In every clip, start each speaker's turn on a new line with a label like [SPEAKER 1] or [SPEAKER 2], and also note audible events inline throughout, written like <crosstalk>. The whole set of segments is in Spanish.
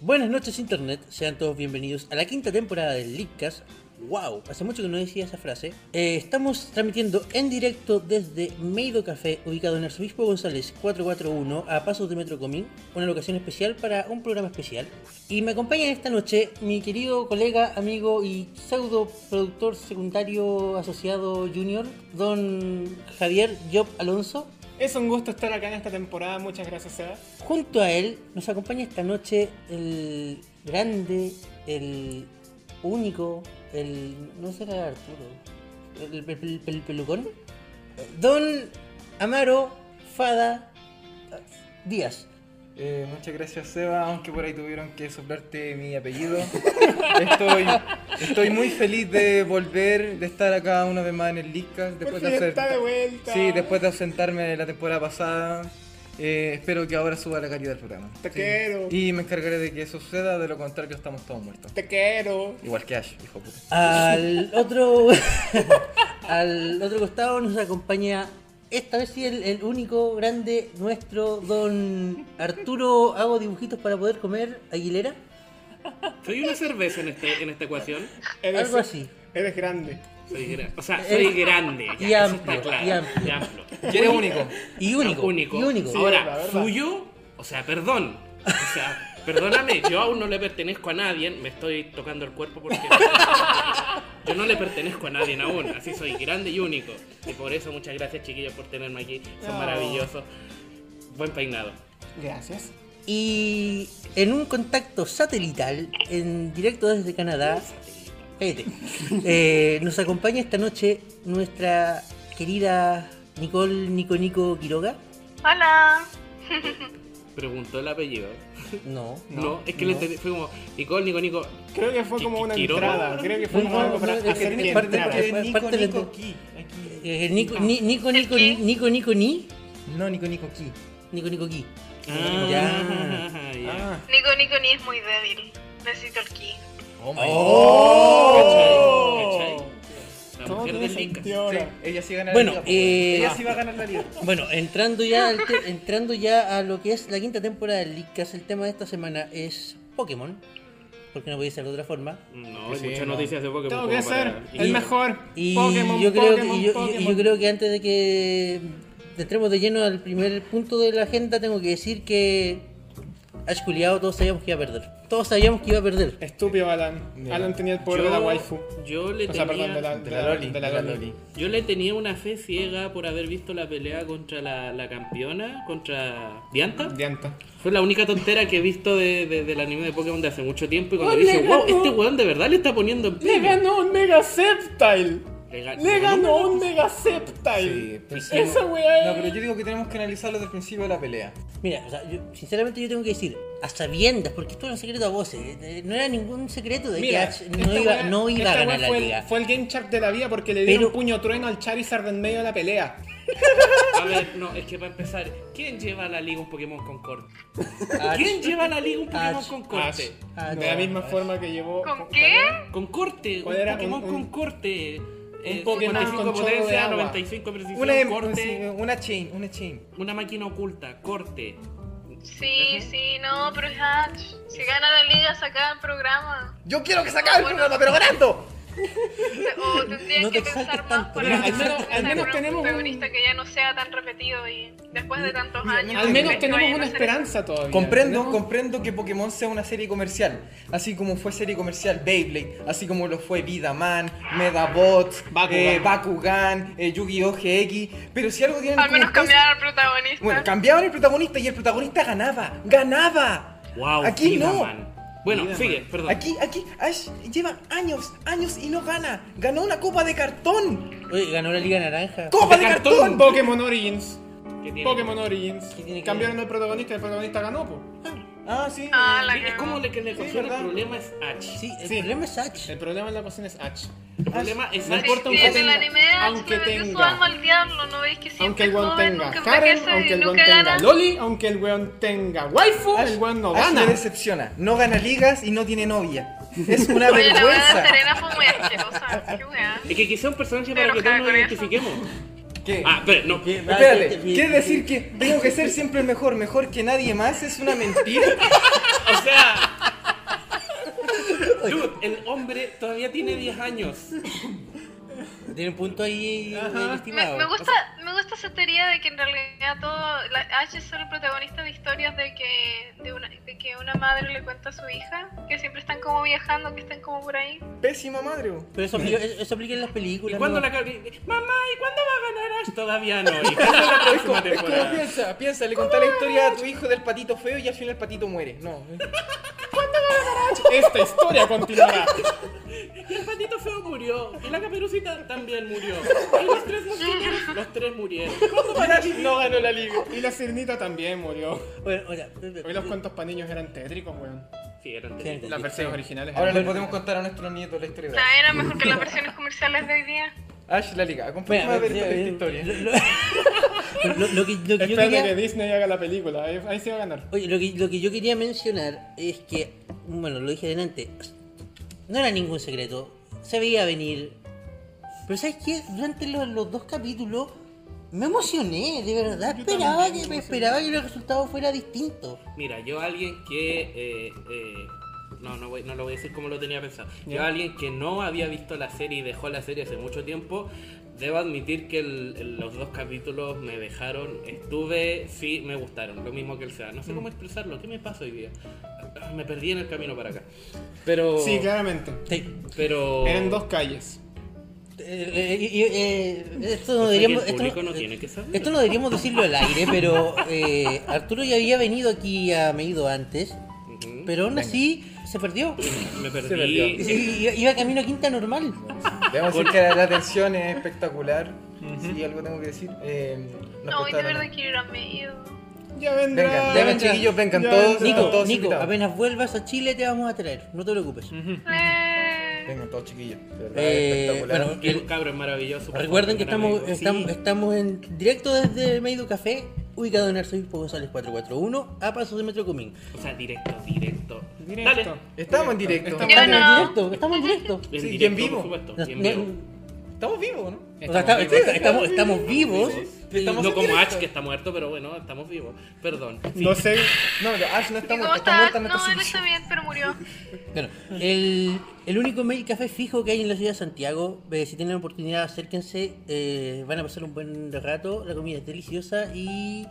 [SPEAKER 1] Buenas noches Internet, sean todos bienvenidos a la quinta temporada del Leadcast. Wow, hace mucho que no decía esa frase. Eh, estamos transmitiendo en directo desde Meido Café, ubicado en Arzobispo González 441, a pasos de Metro Comín, una locación especial para un programa especial. Y me acompañan esta noche mi querido colega, amigo y pseudo productor secundario asociado junior, don Javier Job Alonso.
[SPEAKER 2] Es un gusto estar acá en esta temporada, muchas gracias Seba.
[SPEAKER 1] Junto a él nos acompaña esta noche el grande, el único, el. no será Arturo. El, el- el- el pelucón. Don Amaro Fada Díaz.
[SPEAKER 3] Eh, muchas gracias Seba, aunque por ahí tuvieron que soplarte mi apellido. <laughs> Estoy, estoy muy feliz de volver, de estar acá una vez más en el Leadcast.
[SPEAKER 2] Por
[SPEAKER 3] Después
[SPEAKER 2] fin
[SPEAKER 3] de hacer,
[SPEAKER 2] está de vuelta.
[SPEAKER 3] sí, después de ausentarme de la temporada pasada. Eh, espero que ahora suba la calidad del programa.
[SPEAKER 2] Te
[SPEAKER 3] Sí.
[SPEAKER 2] quiero.
[SPEAKER 3] Y me encargaré de que eso suceda, de lo contrario estamos todos muertos.
[SPEAKER 2] Te quiero.
[SPEAKER 3] Igual que Ash, hijo de puta.
[SPEAKER 1] Al otro. <laughs> al otro costado nos acompaña. Esta vez sí el, el único grande nuestro don Arturo hago dibujitos para poder comer Aguilera.
[SPEAKER 4] Soy una cerveza en, este, en esta ecuación.
[SPEAKER 2] Eres,
[SPEAKER 1] Algo así.
[SPEAKER 2] Eres grande.
[SPEAKER 4] Soy gra- o sea, soy
[SPEAKER 1] Eh,
[SPEAKER 4] grande. Ya,
[SPEAKER 1] y
[SPEAKER 4] eso
[SPEAKER 1] amplio,
[SPEAKER 4] está claro.
[SPEAKER 1] y amplio.
[SPEAKER 4] y amplio.
[SPEAKER 3] Y
[SPEAKER 2] <laughs>
[SPEAKER 3] eres único.
[SPEAKER 1] Y único.
[SPEAKER 4] Ah, único.
[SPEAKER 1] Y único.
[SPEAKER 2] Sí,
[SPEAKER 4] Ahora,
[SPEAKER 2] verdad, verdad.
[SPEAKER 4] suyo, o sea, perdón. O sea, perdóname, yo aún no le pertenezco a nadie. Me estoy tocando el cuerpo porque. Yo no le pertenezco a nadie aún, así soy grande y único. Y por eso muchas gracias chiquillos por tenerme aquí. Son
[SPEAKER 2] No.
[SPEAKER 4] maravillosos. Buen peinado.
[SPEAKER 2] Gracias.
[SPEAKER 1] Y en un contacto satelital, en directo desde Canadá, cállate, eh, nos acompaña esta noche nuestra querida Nicole Nico Nico Quiroga.
[SPEAKER 5] Hola.
[SPEAKER 4] Preguntó el apellido.
[SPEAKER 1] No.
[SPEAKER 4] No,
[SPEAKER 2] No,
[SPEAKER 4] es que le entendí. Fue como, Nicole, Nico, Nico.
[SPEAKER 2] Creo que fue como una
[SPEAKER 4] Quiroga.
[SPEAKER 2] entrada. Creo que fue
[SPEAKER 1] No,
[SPEAKER 2] como
[SPEAKER 1] no,
[SPEAKER 2] algo para
[SPEAKER 1] no, es que
[SPEAKER 2] hacer
[SPEAKER 1] tiene
[SPEAKER 2] que
[SPEAKER 1] parte-
[SPEAKER 2] entrara.
[SPEAKER 1] porque-
[SPEAKER 3] Nico,
[SPEAKER 1] parte del-
[SPEAKER 3] Nico, Ki. Aquí.
[SPEAKER 1] Eh, Nico, Ni- Nico Nico Ni- Nico Nico Ni
[SPEAKER 3] No, Nico, Nico, Ki.
[SPEAKER 1] Nico Nico Ki.
[SPEAKER 4] Ah,
[SPEAKER 1] Ya.
[SPEAKER 4] ya.
[SPEAKER 3] Ah.
[SPEAKER 5] Nico Nico ni es muy débil. Necesito el ki.
[SPEAKER 3] Oh my
[SPEAKER 4] ¿Cachai?
[SPEAKER 2] Oh.
[SPEAKER 4] ¿Cachai? La
[SPEAKER 2] Todo
[SPEAKER 4] mujer
[SPEAKER 2] tiene
[SPEAKER 4] del Lincoln.
[SPEAKER 2] sentido
[SPEAKER 3] Sí,
[SPEAKER 2] ahora.
[SPEAKER 3] ella sí gana
[SPEAKER 1] Bueno,
[SPEAKER 3] la liga. po,
[SPEAKER 1] eh,
[SPEAKER 3] Ella sí va a ganar la liga.
[SPEAKER 1] Bueno, entrando ya, al te- entrando ya a lo que es la quinta temporada del Leadcast, el tema de esta semana es Pokémon, porque no podía ser de otra forma.
[SPEAKER 4] No, hay
[SPEAKER 3] Sí,
[SPEAKER 4] muchas
[SPEAKER 3] no.
[SPEAKER 4] noticias de Pokémon.
[SPEAKER 2] Tengo
[SPEAKER 4] como
[SPEAKER 2] que
[SPEAKER 4] para-
[SPEAKER 2] ser
[SPEAKER 4] Y-
[SPEAKER 2] el mejor.
[SPEAKER 1] Y
[SPEAKER 2] Pokémon,
[SPEAKER 1] yo creo
[SPEAKER 2] Pokémon,
[SPEAKER 1] y yo, y- y
[SPEAKER 2] Pokémon.
[SPEAKER 1] yo creo que antes de que entremos de lleno al primer punto de la agenda, tengo que decir que Ash Culiao todos sabíamos que iba a perder. Todos sabíamos que iba a perder.
[SPEAKER 2] Estúpido Alan.
[SPEAKER 3] Mira.
[SPEAKER 2] Alan tenía el poder
[SPEAKER 4] Yo,
[SPEAKER 2] de la waifu.
[SPEAKER 4] yo le
[SPEAKER 2] O sea, perdón, de
[SPEAKER 4] tenía,
[SPEAKER 2] la, de la Loli. De la Loli.
[SPEAKER 4] yo le tenía una fe ciega por haber visto la pelea contra la, la campeona, contra Dianta.
[SPEAKER 2] Dianta.
[SPEAKER 4] Fue la única tontera que he visto de, de- del anime de Pokémon de hace mucho tiempo. Y cuando dije, wow, este weón de verdad le está poniendo en
[SPEAKER 2] Oh, Le
[SPEAKER 4] pega.
[SPEAKER 2] ganó un Mega Sceptile.
[SPEAKER 4] Le ga-
[SPEAKER 2] Le ganó un Mega Sceptile.
[SPEAKER 3] Sí, pero sí,
[SPEAKER 2] Esa
[SPEAKER 3] no-
[SPEAKER 2] weá
[SPEAKER 3] No,
[SPEAKER 2] es-
[SPEAKER 3] pero yo digo que tenemos que analizarlo desde el principio de la pelea.
[SPEAKER 1] Mira, o sea, yo- sinceramente yo tengo que decir, a sabiendas, porque esto era un secreto a voces, eh, eh, no era ningún secreto de que Ash no
[SPEAKER 2] esta
[SPEAKER 1] iba,
[SPEAKER 2] weá-
[SPEAKER 1] no iba a
[SPEAKER 2] esta
[SPEAKER 1] ganar
[SPEAKER 2] weá
[SPEAKER 1] la
[SPEAKER 2] fue, el-
[SPEAKER 1] liga.
[SPEAKER 2] Fue el game chart de la vida porque le dieron
[SPEAKER 1] Pero-
[SPEAKER 2] puño trueno al Charizard en medio de la pelea.
[SPEAKER 4] A ver, no, es que para empezar, ¿quién lleva a la liga un Pokémon con corte?
[SPEAKER 2] Ah,
[SPEAKER 1] Ash.
[SPEAKER 4] <laughs> ¿Quién lleva a la liga un Pokémon
[SPEAKER 1] Ash.
[SPEAKER 4] con corte?
[SPEAKER 1] Ah,
[SPEAKER 2] de la
[SPEAKER 1] no,
[SPEAKER 2] misma
[SPEAKER 1] Ash.
[SPEAKER 2] forma que llevó.
[SPEAKER 5] ¿Con qué?
[SPEAKER 4] Con corte, un
[SPEAKER 2] ¿Cuál era?
[SPEAKER 4] Pokémon
[SPEAKER 2] Un- un-
[SPEAKER 4] con corte. Eh,
[SPEAKER 2] Pokémon
[SPEAKER 4] 55
[SPEAKER 2] con chorro de
[SPEAKER 4] potencia,
[SPEAKER 2] agua.
[SPEAKER 4] 95 precisión,
[SPEAKER 3] Una, em- sí,
[SPEAKER 4] corte.
[SPEAKER 3] una chain, una chain.
[SPEAKER 4] Una máquina oculta, corte.
[SPEAKER 5] Sí, sí, no, pero es Hatch. Si gana la liga, saca el programa.
[SPEAKER 3] Yo quiero que se acabe el programa, pero ganando.
[SPEAKER 2] <laughs>
[SPEAKER 5] O tendrían
[SPEAKER 6] No te
[SPEAKER 5] que
[SPEAKER 6] exaltes
[SPEAKER 5] pensar más
[SPEAKER 6] tanto,
[SPEAKER 5] por
[SPEAKER 2] mira, al
[SPEAKER 5] algún
[SPEAKER 2] menos- al menos
[SPEAKER 5] pro-
[SPEAKER 2] tenemos un-
[SPEAKER 5] protagonista que ya no sea tan repetido y después de tantos años.
[SPEAKER 2] Al menos
[SPEAKER 5] que
[SPEAKER 2] tenemos
[SPEAKER 5] vaya a
[SPEAKER 2] una
[SPEAKER 5] ser-
[SPEAKER 2] esperanza todavía.
[SPEAKER 3] Comprendo,
[SPEAKER 2] Tenemos-
[SPEAKER 3] comprendo que Pokémon sea una serie comercial, así como fue serie comercial Beyblade, así como lo fue Vidaman, Medabot,
[SPEAKER 2] Bakugan.
[SPEAKER 3] eh, Bakugan, eh, Yu-Gi-Oh! GX, pero si algo tienen
[SPEAKER 5] Al menos
[SPEAKER 3] como cosa-
[SPEAKER 5] cambiar al protagonista.
[SPEAKER 3] Bueno, cambiaban el protagonista y el protagonista ganaba, ganaba.
[SPEAKER 4] Wow,
[SPEAKER 3] aquí
[SPEAKER 4] vida,
[SPEAKER 3] no.
[SPEAKER 4] man. Bueno,
[SPEAKER 2] Vida,
[SPEAKER 4] sigue, perdón.
[SPEAKER 3] Aquí, aquí, Ash lleva años, años y no gana. Ganó una copa de cartón.
[SPEAKER 6] Oye, ganó la Liga Naranja.
[SPEAKER 3] ¡Copa de,
[SPEAKER 2] De
[SPEAKER 3] cartón!
[SPEAKER 2] cartón. Pokémon Origins.
[SPEAKER 4] ¿Qué tiene?
[SPEAKER 2] Pokémon Origins.
[SPEAKER 6] ¿Qué tiene que
[SPEAKER 2] Cambiaron el protagonista y el protagonista ganó, po.
[SPEAKER 3] Ah, sí.
[SPEAKER 5] Ah, la
[SPEAKER 4] Sí, es
[SPEAKER 5] cagó.
[SPEAKER 4] como le que le cuestiona
[SPEAKER 3] ¿verdad?
[SPEAKER 4] el problema es H.
[SPEAKER 6] Sí, el
[SPEAKER 2] Sí.
[SPEAKER 6] problema es H.
[SPEAKER 2] El problema en la cuestión es H.
[SPEAKER 4] El problema es
[SPEAKER 2] no
[SPEAKER 4] H.
[SPEAKER 2] importa un
[SPEAKER 5] Sí, en
[SPEAKER 2] poco,
[SPEAKER 5] el anime
[SPEAKER 2] aunque
[SPEAKER 5] aunque le vendió su
[SPEAKER 2] tenga-
[SPEAKER 5] alma al diablo, ¿no veis que siempre
[SPEAKER 2] Aunque el
[SPEAKER 5] es
[SPEAKER 2] weón
[SPEAKER 5] joven,
[SPEAKER 2] tenga
[SPEAKER 5] nunca
[SPEAKER 2] Harem,
[SPEAKER 5] envejece
[SPEAKER 2] aunque
[SPEAKER 5] y
[SPEAKER 2] el weón
[SPEAKER 5] nunca
[SPEAKER 2] tenga
[SPEAKER 5] gana?
[SPEAKER 2] Loli, aunque el weón tenga waifu, el weón no
[SPEAKER 3] Ash
[SPEAKER 2] gana.
[SPEAKER 3] me decepciona. No gana ligas y no tiene novia. Es una
[SPEAKER 5] <laughs> Oye, la weá
[SPEAKER 3] vergüenza.
[SPEAKER 5] de Serena fue muy asquerosa, qué weá.
[SPEAKER 4] Es que quizá un personaje
[SPEAKER 5] Estoy
[SPEAKER 4] para que todos
[SPEAKER 5] enojada
[SPEAKER 4] nos
[SPEAKER 5] con eso.
[SPEAKER 4] identifiquemos.
[SPEAKER 3] ¿Qué?
[SPEAKER 4] Ah, pero no.
[SPEAKER 6] ¿Qué?
[SPEAKER 3] Espérate, ¿quiere decir que tengo que ser siempre el mejor, mejor que nadie más? ¿Es una mentira?
[SPEAKER 2] <laughs>
[SPEAKER 4] O sea. Dude, el hombre todavía tiene 10 años.
[SPEAKER 6] Tiene un punto ahí
[SPEAKER 2] Ajá.
[SPEAKER 5] Me,
[SPEAKER 6] estimado.
[SPEAKER 5] me gusta, me gusta esa teoría de que en realidad todo, la Ash es solo protagonista de historias de que, de, una, de que una madre le cuenta a su hija, que siempre están como viajando, que están como por ahí.
[SPEAKER 3] Pésima madre. bo.
[SPEAKER 6] Pero eso aplica, eso aplica en las
[SPEAKER 4] ¿Y
[SPEAKER 6] películas.
[SPEAKER 4] cuándo
[SPEAKER 6] ¿no?
[SPEAKER 4] la cabra- Mamá, ¿y cuándo va a ganar Ash? Todavía no. ¿Y cuándo la
[SPEAKER 3] Es como, es
[SPEAKER 4] próxima
[SPEAKER 3] como
[SPEAKER 4] temporada?
[SPEAKER 3] piensa, piensa, le contás la historia a tu hijo del patito feo y al final el patito muere. No.
[SPEAKER 2] Esta historia
[SPEAKER 3] <laughs>
[SPEAKER 2] continuará.
[SPEAKER 4] Y el patito feo murió. Y la caperucita también murió. Y los tres mosquitos, los tres murieron. ¿Cuándo van a vivir?
[SPEAKER 2] No ganó la liga. Y la sirenita también murió.
[SPEAKER 6] Bueno, o sea, pe- pe-
[SPEAKER 2] Hoy los cuentos para niños eran tétricos, weón.
[SPEAKER 4] Sí, eran
[SPEAKER 6] Sí,
[SPEAKER 4] tres.
[SPEAKER 2] Las versiones originales.
[SPEAKER 3] Ahora le
[SPEAKER 2] eran-
[SPEAKER 3] podemos contar a nuestros nietos la historia de
[SPEAKER 5] Nah, era mejor que las versiones comerciales de hoy día.
[SPEAKER 3] Ash la liga. Acompáñame
[SPEAKER 6] Bueno,
[SPEAKER 3] a ver
[SPEAKER 6] ya,
[SPEAKER 3] esta
[SPEAKER 6] eh,
[SPEAKER 3] historia.
[SPEAKER 1] <laughs>
[SPEAKER 6] lo- lo- lo- lo que- lo que yo
[SPEAKER 2] Espérate
[SPEAKER 6] quería-
[SPEAKER 2] que Disney haga la película. Ahí, ahí se va a ganar.
[SPEAKER 6] Oye, lo que, lo que yo quería mencionar es que, bueno, lo dije delante, no era ningún secreto, se veía venir. Pero ¿sabes qué? Durante los, los dos capítulos me emocioné, de verdad, esperaba que, me esperaba que el resultado fuera distinto.
[SPEAKER 4] Mira, yo a alguien que... eh, eh, no, no, voy- no lo voy a decir como lo tenía pensado. Yo
[SPEAKER 2] Ya.
[SPEAKER 4] a alguien que no había visto la serie y dejó la serie hace mucho tiempo, debo admitir que el- el- los dos capítulos me dejaron, estuve, sí, me gustaron. Lo mismo que el SEA. No
[SPEAKER 2] Mm.
[SPEAKER 4] sé cómo expresarlo. ¿Qué me pasa hoy día? Ah, Me perdí en el camino para acá.
[SPEAKER 3] Oh.
[SPEAKER 4] Pero...
[SPEAKER 2] Sí, claramente.
[SPEAKER 6] Sí.
[SPEAKER 4] Pero...
[SPEAKER 2] Eran dos calles.
[SPEAKER 6] Eh, eh, eh,
[SPEAKER 4] <laughs>
[SPEAKER 6] eh, esto no
[SPEAKER 4] O sea, que el
[SPEAKER 6] deberíamos... esto no-
[SPEAKER 4] público no tiene que saber.
[SPEAKER 6] <laughs> Esto no deberíamos decirlo al aire, pero eh, Arturo ya había venido aquí a Meido antes,
[SPEAKER 4] Ujú.
[SPEAKER 6] pero aún así se perdió.
[SPEAKER 4] Me
[SPEAKER 3] Se
[SPEAKER 6] Y-
[SPEAKER 4] perdí.
[SPEAKER 6] y- y- Iba camino a Quinta Normal.
[SPEAKER 3] Debemos decir que la, la atención es espectacular. Sí, algo tengo que decir. Eh, nos
[SPEAKER 5] No, y de
[SPEAKER 3] prestaron-
[SPEAKER 5] verdad quiero ir
[SPEAKER 3] <laughs>
[SPEAKER 5] a medio.
[SPEAKER 2] Ya vendrán.
[SPEAKER 3] Vengan, ya ven, chiquillos, vengan todos.
[SPEAKER 6] Nico,
[SPEAKER 3] todos
[SPEAKER 6] Nico,
[SPEAKER 3] invitados.
[SPEAKER 6] apenas vuelvas a Chile te vamos a traer, no te preocupes.
[SPEAKER 5] Eh,
[SPEAKER 3] Vengan todos chiquillos. de verdad,
[SPEAKER 6] Eh,
[SPEAKER 3] espectacular.
[SPEAKER 6] bueno,
[SPEAKER 4] El
[SPEAKER 6] el-
[SPEAKER 4] cabro es maravilloso.
[SPEAKER 6] recuerden que estamos,
[SPEAKER 4] Amigo.
[SPEAKER 6] estamos, estamos en directo desde el Meido Café, ubicado en Arzobispo González 441, a pasos de Metro Comín.
[SPEAKER 4] O sea, directo, directo. Dale.
[SPEAKER 2] Directo.
[SPEAKER 3] Estamos en directo.
[SPEAKER 2] Estamos
[SPEAKER 5] Yo
[SPEAKER 6] Estamos
[SPEAKER 2] en
[SPEAKER 6] en
[SPEAKER 5] no.
[SPEAKER 6] directo, estamos en directo.
[SPEAKER 4] En
[SPEAKER 3] Sí, y en
[SPEAKER 4] directo,
[SPEAKER 3] vivo.
[SPEAKER 4] Por supuesto. y en
[SPEAKER 6] No-
[SPEAKER 4] vivo.
[SPEAKER 3] Estamos vivos, ¿no?
[SPEAKER 6] o sea, está- está- estamos, estamos vivos.
[SPEAKER 3] Estamos
[SPEAKER 4] no
[SPEAKER 3] en
[SPEAKER 4] como
[SPEAKER 3] directo.
[SPEAKER 4] H que está muerto, pero bueno, estamos vivos. Perdón. Sí.
[SPEAKER 2] No sé.
[SPEAKER 3] No, pero Ash no está muerta,
[SPEAKER 5] ¿y ¿Cómo
[SPEAKER 3] está muerta
[SPEAKER 5] estás?
[SPEAKER 3] en esta
[SPEAKER 5] No, él está
[SPEAKER 3] situación.
[SPEAKER 5] bien, pero murió.
[SPEAKER 6] Bueno, el, el único mail café fijo que hay en la ciudad de Santiago, eh, si tienen la oportunidad acérquense, eh, van a pasar un buen rato, la comida es deliciosa y...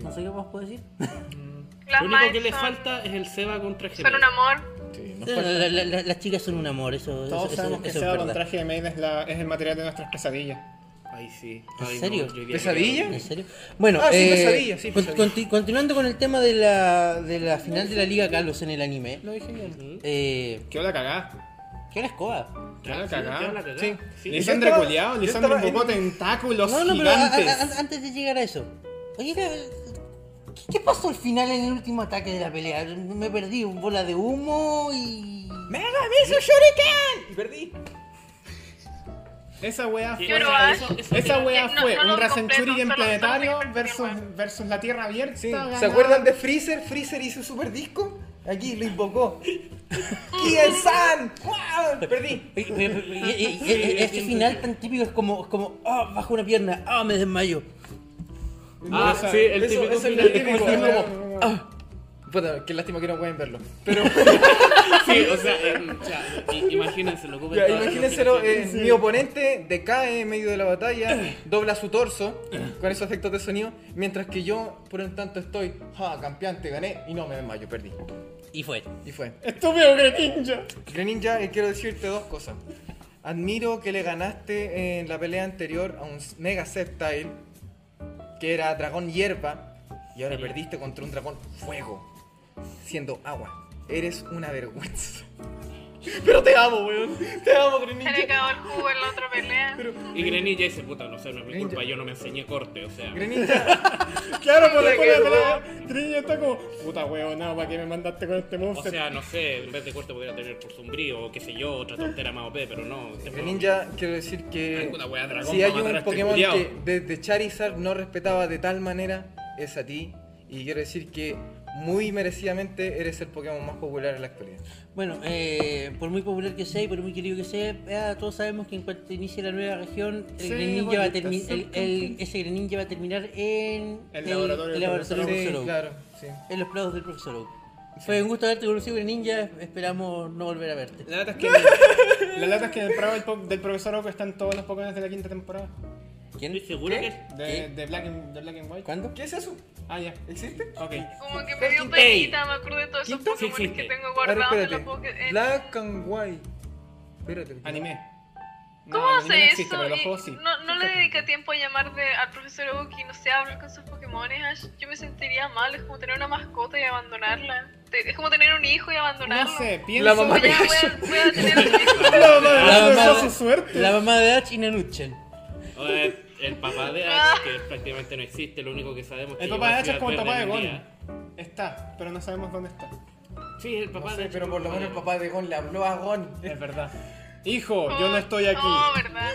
[SPEAKER 6] No sé qué más puedo decir.
[SPEAKER 5] Las
[SPEAKER 4] Lo único que
[SPEAKER 5] Miles
[SPEAKER 4] le
[SPEAKER 5] son-
[SPEAKER 4] falta es el Seba con traje
[SPEAKER 5] son un
[SPEAKER 4] negro.
[SPEAKER 5] amor.
[SPEAKER 3] Sí, nos falta-
[SPEAKER 6] <laughs> La- la- la- las chicas son un amor, eso,
[SPEAKER 2] Todos
[SPEAKER 6] eso- eso-
[SPEAKER 2] sabemos que
[SPEAKER 6] eso
[SPEAKER 2] se
[SPEAKER 6] es
[SPEAKER 2] va con
[SPEAKER 6] verdad.
[SPEAKER 2] traje de maid es, la- es el material de nuestras pesadillas.
[SPEAKER 4] Ay, sí.
[SPEAKER 6] ¿En
[SPEAKER 4] Ay, no,
[SPEAKER 6] serio?
[SPEAKER 4] yo diría que-
[SPEAKER 3] ¿Pesadilla?
[SPEAKER 6] ¿En serio? Bueno,
[SPEAKER 3] Ah, sí,
[SPEAKER 6] eh,
[SPEAKER 3] pesadilla, sí,
[SPEAKER 6] con-
[SPEAKER 3] pesadilla.
[SPEAKER 6] conti- continuando con el tema de la, de la final de la Liga Carlos en el anime,
[SPEAKER 3] Lo dije yo.
[SPEAKER 6] eh,
[SPEAKER 2] ¿Qué hora cagá?
[SPEAKER 6] ¿qué hora escoba?
[SPEAKER 2] ¿Qué
[SPEAKER 5] Ah,
[SPEAKER 2] hora
[SPEAKER 4] Sí, ya la
[SPEAKER 2] cagá?
[SPEAKER 4] cagá.
[SPEAKER 3] Sí.
[SPEAKER 4] Sí.
[SPEAKER 3] Es-
[SPEAKER 2] Lisandro
[SPEAKER 3] estaba-
[SPEAKER 2] culiao,
[SPEAKER 3] yo
[SPEAKER 2] Lisandro
[SPEAKER 3] estaba en-
[SPEAKER 2] invocó tentáculos
[SPEAKER 6] No, no, pero a- a-
[SPEAKER 2] gigantes.
[SPEAKER 6] a- antes de llegar a eso, oye, ¿qué, qué pasó al final en el último ataque de la pelea? Me perdí, un bola de humo y...
[SPEAKER 3] ¡Mega Miso Shuriken! Y perdí.
[SPEAKER 2] Esa weá fue.
[SPEAKER 4] Yo
[SPEAKER 5] no hago.
[SPEAKER 4] eso- eso-
[SPEAKER 2] Esa
[SPEAKER 4] eso-
[SPEAKER 2] weá
[SPEAKER 5] No,
[SPEAKER 2] fue
[SPEAKER 5] no lo
[SPEAKER 2] un
[SPEAKER 5] completo,
[SPEAKER 2] Rasenchurigen
[SPEAKER 5] solo- solo
[SPEAKER 2] planetario
[SPEAKER 5] me
[SPEAKER 2] versus,
[SPEAKER 5] confirmo.
[SPEAKER 2] versus la Tierra abierta.
[SPEAKER 3] Sí. ¿Se
[SPEAKER 2] ganada.
[SPEAKER 3] acuerdan de Freezer? Freezer hizo su disco. Aquí lo invocó. ¡Kien San! ¡Wow! Perdí.
[SPEAKER 6] Y- y- y- y- y- Este final tan típico es como, es como, ah, bajo una pierna, ah, me desmayo.
[SPEAKER 4] Ah, sí, el
[SPEAKER 3] Eso-
[SPEAKER 4] típico
[SPEAKER 3] eso es
[SPEAKER 4] final.
[SPEAKER 3] lo típico.
[SPEAKER 6] como, ah,
[SPEAKER 3] Puta, qué lástima que no pueden verlo. Pero
[SPEAKER 4] Sí, o sea, em, o sea, i- imagínense, lo ocupen
[SPEAKER 3] ya,
[SPEAKER 4] todas las
[SPEAKER 3] imagínenselo, eh,
[SPEAKER 4] opciones.
[SPEAKER 3] mi oponente decae en medio de la batalla, dobla su torso con esos efectos de sonido, mientras que yo, por el tanto, estoy, ja, campeón, te gané, y no me desmayo, perdí.
[SPEAKER 6] Y fue.
[SPEAKER 3] Y fue.
[SPEAKER 2] Estúpido Greninja.
[SPEAKER 3] Greninja, eh, quiero decirte dos cosas. Admiro que le ganaste en la pelea anterior a un Mega Sceptile, que era dragón hierba, y ahora perdiste contra un dragón fuego, siendo agua. Eres una vergüenza. <laughs> Pero te amo, weón. Te amo,
[SPEAKER 5] Se
[SPEAKER 3] <laughs>
[SPEAKER 5] le
[SPEAKER 3] Greninja.
[SPEAKER 5] acabó el jugo en la otra pelea.
[SPEAKER 3] Pero,
[SPEAKER 4] Y Greninja dice, puta, no sé, no es mi
[SPEAKER 3] Greninja.
[SPEAKER 4] culpa, yo no me enseñé corte, o sea.
[SPEAKER 3] Greninja,
[SPEAKER 2] Claro, pero
[SPEAKER 3] Puta
[SPEAKER 2] después de
[SPEAKER 3] que
[SPEAKER 2] la pelea, Greninja está como, puta weón, no, ¿para qué me mandaste con este
[SPEAKER 4] O
[SPEAKER 2] monster?
[SPEAKER 4] sea, no sé, en vez de corte podría tener por sombrío o qué sé yo, otra tontera más OP, pero no. este
[SPEAKER 3] Greninja, quiero decir que
[SPEAKER 4] Alguna wea dragón
[SPEAKER 3] si
[SPEAKER 4] va a
[SPEAKER 3] hay
[SPEAKER 4] matar a
[SPEAKER 3] un
[SPEAKER 4] este
[SPEAKER 3] Pokémon
[SPEAKER 4] culiao.
[SPEAKER 3] que desde Charizard no respetaba de tal manera, es a ti. Y quiero decir que muy merecidamente eres el Pokémon más popular en la actualidad.
[SPEAKER 6] Bueno, eh, por muy popular que sea y por muy querido que sea, eh, todos sabemos que en cuanto inicie la nueva región, el
[SPEAKER 2] Sí,
[SPEAKER 6] Greninja va a termi-
[SPEAKER 2] bonita,
[SPEAKER 6] el- el- ese Greninja va a terminar en
[SPEAKER 2] El laboratorio
[SPEAKER 6] el
[SPEAKER 2] del
[SPEAKER 6] laboratorio del
[SPEAKER 3] Sí,
[SPEAKER 6] profesor Oak,
[SPEAKER 3] claro, sí.
[SPEAKER 6] en los prados del profesor Oak. Fue un gusto haberte conocido, Greninja. Esperamos no volver a verte.
[SPEAKER 2] La lata es que, la lata es que en el programa del, po- del profesor Oak están todos los Pokémon de la quinta temporada.
[SPEAKER 6] ¿Quién?
[SPEAKER 4] Estoy seguro que.
[SPEAKER 2] De, de, Black, and, de Black and White.
[SPEAKER 6] ¿Cuándo?
[SPEAKER 3] ¿Qué es eso?
[SPEAKER 2] Ah, ya.
[SPEAKER 3] ¿Existe?
[SPEAKER 2] Ok.
[SPEAKER 5] Como que me dio
[SPEAKER 4] Quinto. Ey.
[SPEAKER 5] penita, me acordé de todos esos
[SPEAKER 4] Quinto. Sí,
[SPEAKER 5] Pokémon
[SPEAKER 4] sí,
[SPEAKER 5] que
[SPEAKER 4] sí.
[SPEAKER 5] tengo
[SPEAKER 3] A ver,
[SPEAKER 5] guardados en la
[SPEAKER 3] espérate.
[SPEAKER 5] Poké. eh. en-
[SPEAKER 3] Black and White. Espérate.
[SPEAKER 2] Anime. No,
[SPEAKER 5] ¿Cómo
[SPEAKER 2] el anime
[SPEAKER 5] hace
[SPEAKER 2] no
[SPEAKER 5] eso?
[SPEAKER 2] existe, pero los
[SPEAKER 5] Y
[SPEAKER 2] juegos sí.
[SPEAKER 5] No, no le dedica tiempo a llamar de- al profesor Oak y no sé, hablar con sus Pokémones. Ash. Yo me sentiría mal, es como tener una mascota y abandonarla. Te- Es como tener un hijo y
[SPEAKER 2] No
[SPEAKER 5] abandonarlo.
[SPEAKER 2] sé, pienso.
[SPEAKER 3] La mamá
[SPEAKER 5] Como
[SPEAKER 3] de
[SPEAKER 5] ya voy
[SPEAKER 3] Ash.
[SPEAKER 5] a, voy a tener un hijo.
[SPEAKER 2] La mamá de
[SPEAKER 6] La
[SPEAKER 2] Ash
[SPEAKER 6] mamá
[SPEAKER 2] besó
[SPEAKER 6] de-
[SPEAKER 2] su suerte.
[SPEAKER 6] La mamá de Dutch y Nanuchen.
[SPEAKER 4] O el, el papá de Ash,
[SPEAKER 5] Ah.
[SPEAKER 4] que prácticamente no existe, lo único que sabemos que
[SPEAKER 2] El
[SPEAKER 4] llegó
[SPEAKER 2] papá de
[SPEAKER 4] a
[SPEAKER 2] H es
[SPEAKER 4] Ciudad
[SPEAKER 2] como el
[SPEAKER 4] Verde
[SPEAKER 2] papá de
[SPEAKER 4] en un
[SPEAKER 2] Gon.
[SPEAKER 4] día.
[SPEAKER 2] Está, pero no sabemos dónde está.
[SPEAKER 4] Sí, el papá
[SPEAKER 3] No
[SPEAKER 4] de
[SPEAKER 3] sé,
[SPEAKER 4] Ash
[SPEAKER 3] pero
[SPEAKER 4] es
[SPEAKER 3] por lo
[SPEAKER 4] como
[SPEAKER 3] menos el
[SPEAKER 4] de-
[SPEAKER 3] papá de Gon le habló a Gon.
[SPEAKER 2] Es verdad. Hijo, yo
[SPEAKER 3] Oh,
[SPEAKER 2] no estoy aquí.
[SPEAKER 5] No, verdad.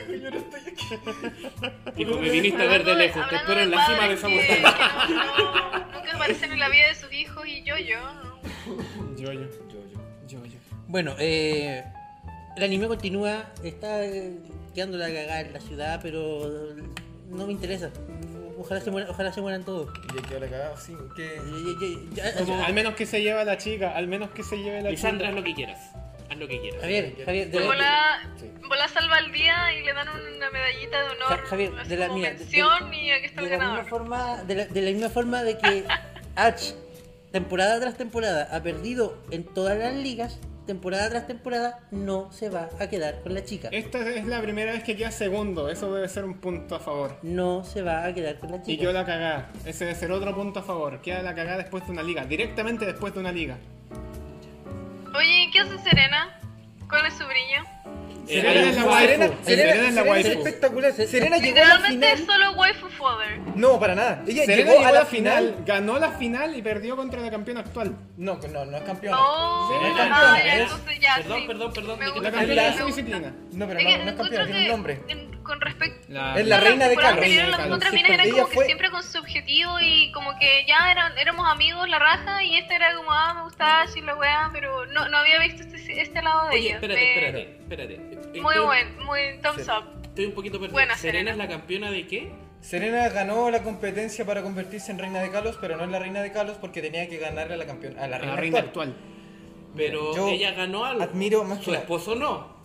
[SPEAKER 4] Dijo, me viniste a ver de
[SPEAKER 5] Hablando de-
[SPEAKER 4] lejos, te
[SPEAKER 5] hablando
[SPEAKER 4] espero en
[SPEAKER 5] de
[SPEAKER 4] la cima de
[SPEAKER 5] padres
[SPEAKER 4] esa
[SPEAKER 5] que-
[SPEAKER 4] montaña.
[SPEAKER 5] que no- no- Nunca aparecen en la vida de sus hijos y yo, yo. ¿no?
[SPEAKER 2] Yo, yo.
[SPEAKER 3] Yo, yo.
[SPEAKER 2] Yo, yo.
[SPEAKER 6] Bueno, eh, el anime continúa, está eh, quedando la cagada en la ciudad, pero no me interesa. Ojalá se mueran, ojalá se mueran todos.
[SPEAKER 3] Y aquí le cagado, sí. Que.
[SPEAKER 6] Ya- ya- ya-
[SPEAKER 2] Al menos que se lleve a la chica, al menos que se lleve a la
[SPEAKER 4] Lisandra,
[SPEAKER 2] chica.
[SPEAKER 4] haz lo que quieras. Haz lo que quieras.
[SPEAKER 6] Javier, Javier, de,
[SPEAKER 5] Volá,
[SPEAKER 3] Sí.
[SPEAKER 5] volá salva el día y le dan una medallita de honor.
[SPEAKER 6] Ja- Javier,
[SPEAKER 5] así
[SPEAKER 6] de la-
[SPEAKER 5] como
[SPEAKER 6] mira, de-
[SPEAKER 5] mención y aquí está
[SPEAKER 6] de
[SPEAKER 5] el
[SPEAKER 6] la misma
[SPEAKER 5] ganador.
[SPEAKER 6] forma, de la, de la misma forma de
[SPEAKER 5] <laughs>
[SPEAKER 6] que H temporada tras temporada ha perdido en todas las ligas, temporada tras temporada no se va a quedar con la chica.
[SPEAKER 2] Esta es la primera vez que queda segundo, eso debe ser un punto a favor.
[SPEAKER 6] No se va a quedar con la
[SPEAKER 2] Y
[SPEAKER 6] chica.
[SPEAKER 2] yo la cagá, ese debe ser otro punto a favor. Queda la cagá después de una liga, directamente después de una liga.
[SPEAKER 5] Oye, ¿y ¿qué hace Serena? ¿Cuál es su brillo?
[SPEAKER 4] Eh,
[SPEAKER 2] Serena
[SPEAKER 4] hay
[SPEAKER 2] es
[SPEAKER 4] un
[SPEAKER 2] la
[SPEAKER 4] cuadro-
[SPEAKER 2] waifu.
[SPEAKER 3] Serena,
[SPEAKER 2] Serena
[SPEAKER 3] Serena,
[SPEAKER 2] es la
[SPEAKER 3] Serena es
[SPEAKER 2] waifu.
[SPEAKER 3] espectacular. Serena llegó a la
[SPEAKER 5] Literalmente
[SPEAKER 3] final.
[SPEAKER 5] es solo waifu fodder.
[SPEAKER 3] No, para nada. Ella
[SPEAKER 2] Serena
[SPEAKER 3] llegó a la final.
[SPEAKER 2] ganó la final y perdió contra la campeona actual.
[SPEAKER 3] No, no, no es campeona.
[SPEAKER 5] Oh,
[SPEAKER 4] Serena
[SPEAKER 5] ah,
[SPEAKER 4] es-
[SPEAKER 5] ya, entonces ya.
[SPEAKER 4] Perdón,
[SPEAKER 5] sí.
[SPEAKER 4] perdón, perdón,
[SPEAKER 5] Me
[SPEAKER 4] ¿de qué
[SPEAKER 5] gusta,
[SPEAKER 2] La
[SPEAKER 4] te
[SPEAKER 5] me
[SPEAKER 2] campeona de
[SPEAKER 5] gusta.
[SPEAKER 2] su disciplina.
[SPEAKER 3] No, pero
[SPEAKER 5] Es que
[SPEAKER 3] no, no es
[SPEAKER 5] encuentro
[SPEAKER 3] campeona, tiene
[SPEAKER 5] que,
[SPEAKER 3] un nombre.
[SPEAKER 5] en- con respecto
[SPEAKER 2] La-
[SPEAKER 3] Es la reina de
[SPEAKER 5] temporada
[SPEAKER 3] Calo.
[SPEAKER 5] anterior,
[SPEAKER 2] Reina de
[SPEAKER 5] Las
[SPEAKER 2] Calo.
[SPEAKER 5] otras minas eran
[SPEAKER 3] Ella
[SPEAKER 5] como que
[SPEAKER 3] fue-
[SPEAKER 5] siempre con su objetivo y como que ya eran, éramos amigos la raja y esta era como, ah, me gustaba y la weá, pero no, no había visto este, este lado de
[SPEAKER 4] Oye,
[SPEAKER 5] ella.
[SPEAKER 4] espérate,
[SPEAKER 5] Me-
[SPEAKER 4] espérate, espérate.
[SPEAKER 5] Muy
[SPEAKER 4] Estoy-
[SPEAKER 5] buen, muy thumbs
[SPEAKER 3] Sí.
[SPEAKER 5] up.
[SPEAKER 4] Estoy un poquito perdido.
[SPEAKER 5] Buena,
[SPEAKER 4] ¿Serena
[SPEAKER 5] Serena.
[SPEAKER 4] es la campeona de qué?
[SPEAKER 3] Serena ganó la competencia para convertirse en reina de Kalos, pero no en la reina de Kalos porque tenía que ganarle a la campeona, a la
[SPEAKER 2] La,
[SPEAKER 3] reina,
[SPEAKER 2] reina
[SPEAKER 3] actual.
[SPEAKER 2] actual.
[SPEAKER 4] Pero
[SPEAKER 3] Yo
[SPEAKER 4] ella ganó algo.
[SPEAKER 3] admiro más
[SPEAKER 4] Su
[SPEAKER 3] que- <laughs>
[SPEAKER 4] esposo no.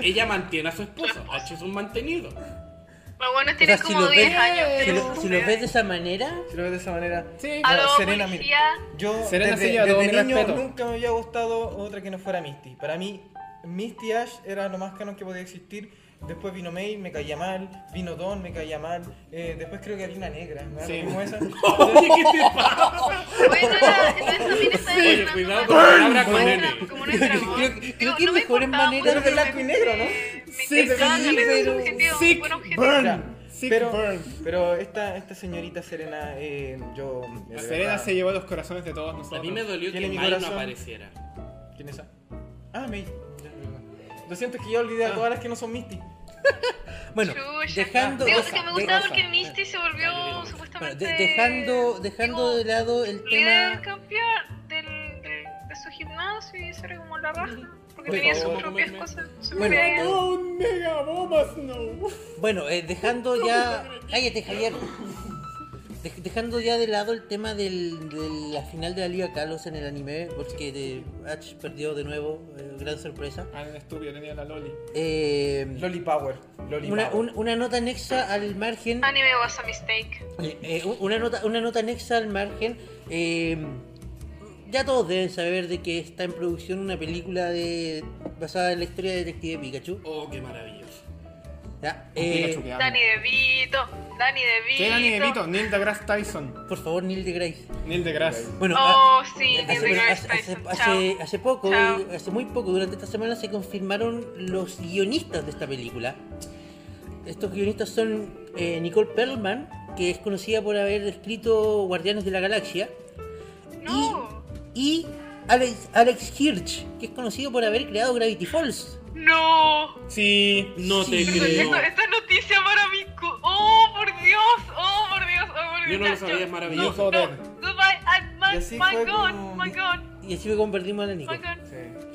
[SPEAKER 4] ella mantiene a su esposo. H es un mantenido.
[SPEAKER 5] Los buenos
[SPEAKER 6] O sea,
[SPEAKER 5] tienen
[SPEAKER 6] si
[SPEAKER 5] como
[SPEAKER 6] lo
[SPEAKER 5] 10
[SPEAKER 6] ves-
[SPEAKER 5] años.
[SPEAKER 6] si
[SPEAKER 5] pero-
[SPEAKER 6] lo- si lo ves de esa manera,
[SPEAKER 3] Si lo ves de esa manera.
[SPEAKER 2] Sí.
[SPEAKER 3] No,
[SPEAKER 5] Aló,
[SPEAKER 3] Serena, mira.
[SPEAKER 5] policía.
[SPEAKER 3] Yo
[SPEAKER 2] Serena
[SPEAKER 3] desde,
[SPEAKER 2] se lleva todo
[SPEAKER 3] desde
[SPEAKER 2] mi
[SPEAKER 3] niño
[SPEAKER 2] respeto.
[SPEAKER 3] nunca me había gustado otra que no fuera Misty. Para mí, Misty Ash era lo más canon que podía existir. Después vino May, me caía mal. Vino Don, me caía mal. Eh, después creo que había una negra, ¿no?
[SPEAKER 2] Sí.
[SPEAKER 3] Como
[SPEAKER 5] <laughs>
[SPEAKER 3] esa.
[SPEAKER 4] Oye, ¿qué te pasa?
[SPEAKER 5] Oye,
[SPEAKER 6] <laughs>
[SPEAKER 5] no era- entonces también estaba
[SPEAKER 4] Oye,
[SPEAKER 5] ganando
[SPEAKER 4] cuidado
[SPEAKER 5] como-
[SPEAKER 4] con la palabra
[SPEAKER 5] como
[SPEAKER 4] con
[SPEAKER 5] era-
[SPEAKER 4] N.
[SPEAKER 5] como un dragón.
[SPEAKER 6] Creo- creo
[SPEAKER 5] Digo,
[SPEAKER 6] que
[SPEAKER 5] no me
[SPEAKER 6] mejor en
[SPEAKER 5] importaba
[SPEAKER 6] manera
[SPEAKER 5] mucho,
[SPEAKER 3] Pero de blanco y negro, ¿no?
[SPEAKER 5] Me
[SPEAKER 2] Sí,
[SPEAKER 5] encantaba
[SPEAKER 2] sí,
[SPEAKER 5] ganar ese
[SPEAKER 3] pero-
[SPEAKER 5] objetivo,
[SPEAKER 2] Sick
[SPEAKER 5] buen objetivo.
[SPEAKER 2] burn.
[SPEAKER 3] Ya.
[SPEAKER 2] Sick
[SPEAKER 3] pero,
[SPEAKER 2] burn.
[SPEAKER 3] pero esta, esta señorita Serena, eh, yo. de verdad-
[SPEAKER 2] Serena se llevó los corazones de todos
[SPEAKER 4] A
[SPEAKER 2] nosotros.
[SPEAKER 4] mí me dolió que
[SPEAKER 3] Tiene mi
[SPEAKER 4] May no
[SPEAKER 3] corazón.
[SPEAKER 4] apareciera.
[SPEAKER 3] ¿Quién es esa? Ah, May. Ya, perdón. Lo siento, es que yo olvidé a todas las que no son Misty.
[SPEAKER 6] bueno,
[SPEAKER 5] Chucha.
[SPEAKER 6] dejando
[SPEAKER 5] Digo,
[SPEAKER 6] esa-
[SPEAKER 5] que me
[SPEAKER 6] de-
[SPEAKER 5] gustaba
[SPEAKER 2] rosa.
[SPEAKER 5] porque Misty se
[SPEAKER 4] Ah, yo digo,
[SPEAKER 5] volvió
[SPEAKER 6] Bueno,
[SPEAKER 5] supuestamente.
[SPEAKER 6] de- dejando, dejando de lado el
[SPEAKER 5] Líder del
[SPEAKER 6] tema.
[SPEAKER 5] campeón del, del- de su gimnasio y eso era como la raja. Porque
[SPEAKER 3] Por
[SPEAKER 5] tenía
[SPEAKER 3] favor,
[SPEAKER 5] sus propias
[SPEAKER 4] comerme.
[SPEAKER 5] cosas. sus
[SPEAKER 6] Bueno,
[SPEAKER 5] ideas.
[SPEAKER 2] ¡Oh, mega bombas, no!
[SPEAKER 6] Bueno, eh, dejando ya. Cállate, Javier. dej- dejando ya de lado el tema del- de la final de la Liga Carlos en el anime, porque de- Ash perdió de nuevo, eh, gran sorpresa.
[SPEAKER 2] Ah, en el estudio tenía la Loli.
[SPEAKER 6] Eh,
[SPEAKER 3] Loli Power. Loli
[SPEAKER 6] una,
[SPEAKER 3] Power.
[SPEAKER 6] un- una nota anexa al margen.
[SPEAKER 5] Anime was a mistake.
[SPEAKER 6] Eh, eh, u- una, nota, una nota anexa al margen. eh, ya todos deben saber de que está en producción una película de, basada en la historia de Detective Pikachu.
[SPEAKER 4] Oh, qué maravilloso.
[SPEAKER 6] Ya,
[SPEAKER 2] Un
[SPEAKER 6] eh,
[SPEAKER 2] Pikachu que habla.
[SPEAKER 5] Danny DeVito, Danny DeVito.
[SPEAKER 2] ¿Qué Danny DeVito? Neil deGrasse Tyson.
[SPEAKER 6] por favor, Neil deGrasse.
[SPEAKER 2] Neil deGrasse.
[SPEAKER 6] Bueno,
[SPEAKER 5] Oh,
[SPEAKER 6] ah,
[SPEAKER 5] sí, Neil
[SPEAKER 6] hace,
[SPEAKER 5] deGrasse
[SPEAKER 6] hace-
[SPEAKER 5] Tyson.
[SPEAKER 6] hace-
[SPEAKER 5] Chao.
[SPEAKER 6] hace- hace poco,
[SPEAKER 5] Chao.
[SPEAKER 6] eh, hace muy poco, durante esta semana se confirmaron los guionistas de esta película. Estos guionistas son eh, Nicole Perlman, que es conocida por haber escrito Guardianes de la Galaxia.
[SPEAKER 5] No,
[SPEAKER 6] y Alex, Alex Hirsch, que es conocido por haber creado Gravity Falls.
[SPEAKER 5] no.
[SPEAKER 2] Sí.
[SPEAKER 4] No
[SPEAKER 6] Sí.
[SPEAKER 4] te
[SPEAKER 5] Esto,
[SPEAKER 4] creo.
[SPEAKER 5] esto- esta es noticia para mí. cu- Oh, por Dios. Oh, por Dios. Oh, por Dios.
[SPEAKER 4] Yo no
[SPEAKER 5] Ya,
[SPEAKER 4] lo sabía, es
[SPEAKER 2] Yo
[SPEAKER 4] maravilloso.
[SPEAKER 5] No,
[SPEAKER 2] joder.
[SPEAKER 5] goodbye. I'm-
[SPEAKER 3] Y
[SPEAKER 5] my,
[SPEAKER 3] así
[SPEAKER 5] my
[SPEAKER 3] fue
[SPEAKER 5] God.
[SPEAKER 3] como-
[SPEAKER 5] My God.
[SPEAKER 6] Y así fue como perdimos a la Nico.
[SPEAKER 5] My God.
[SPEAKER 3] Sí.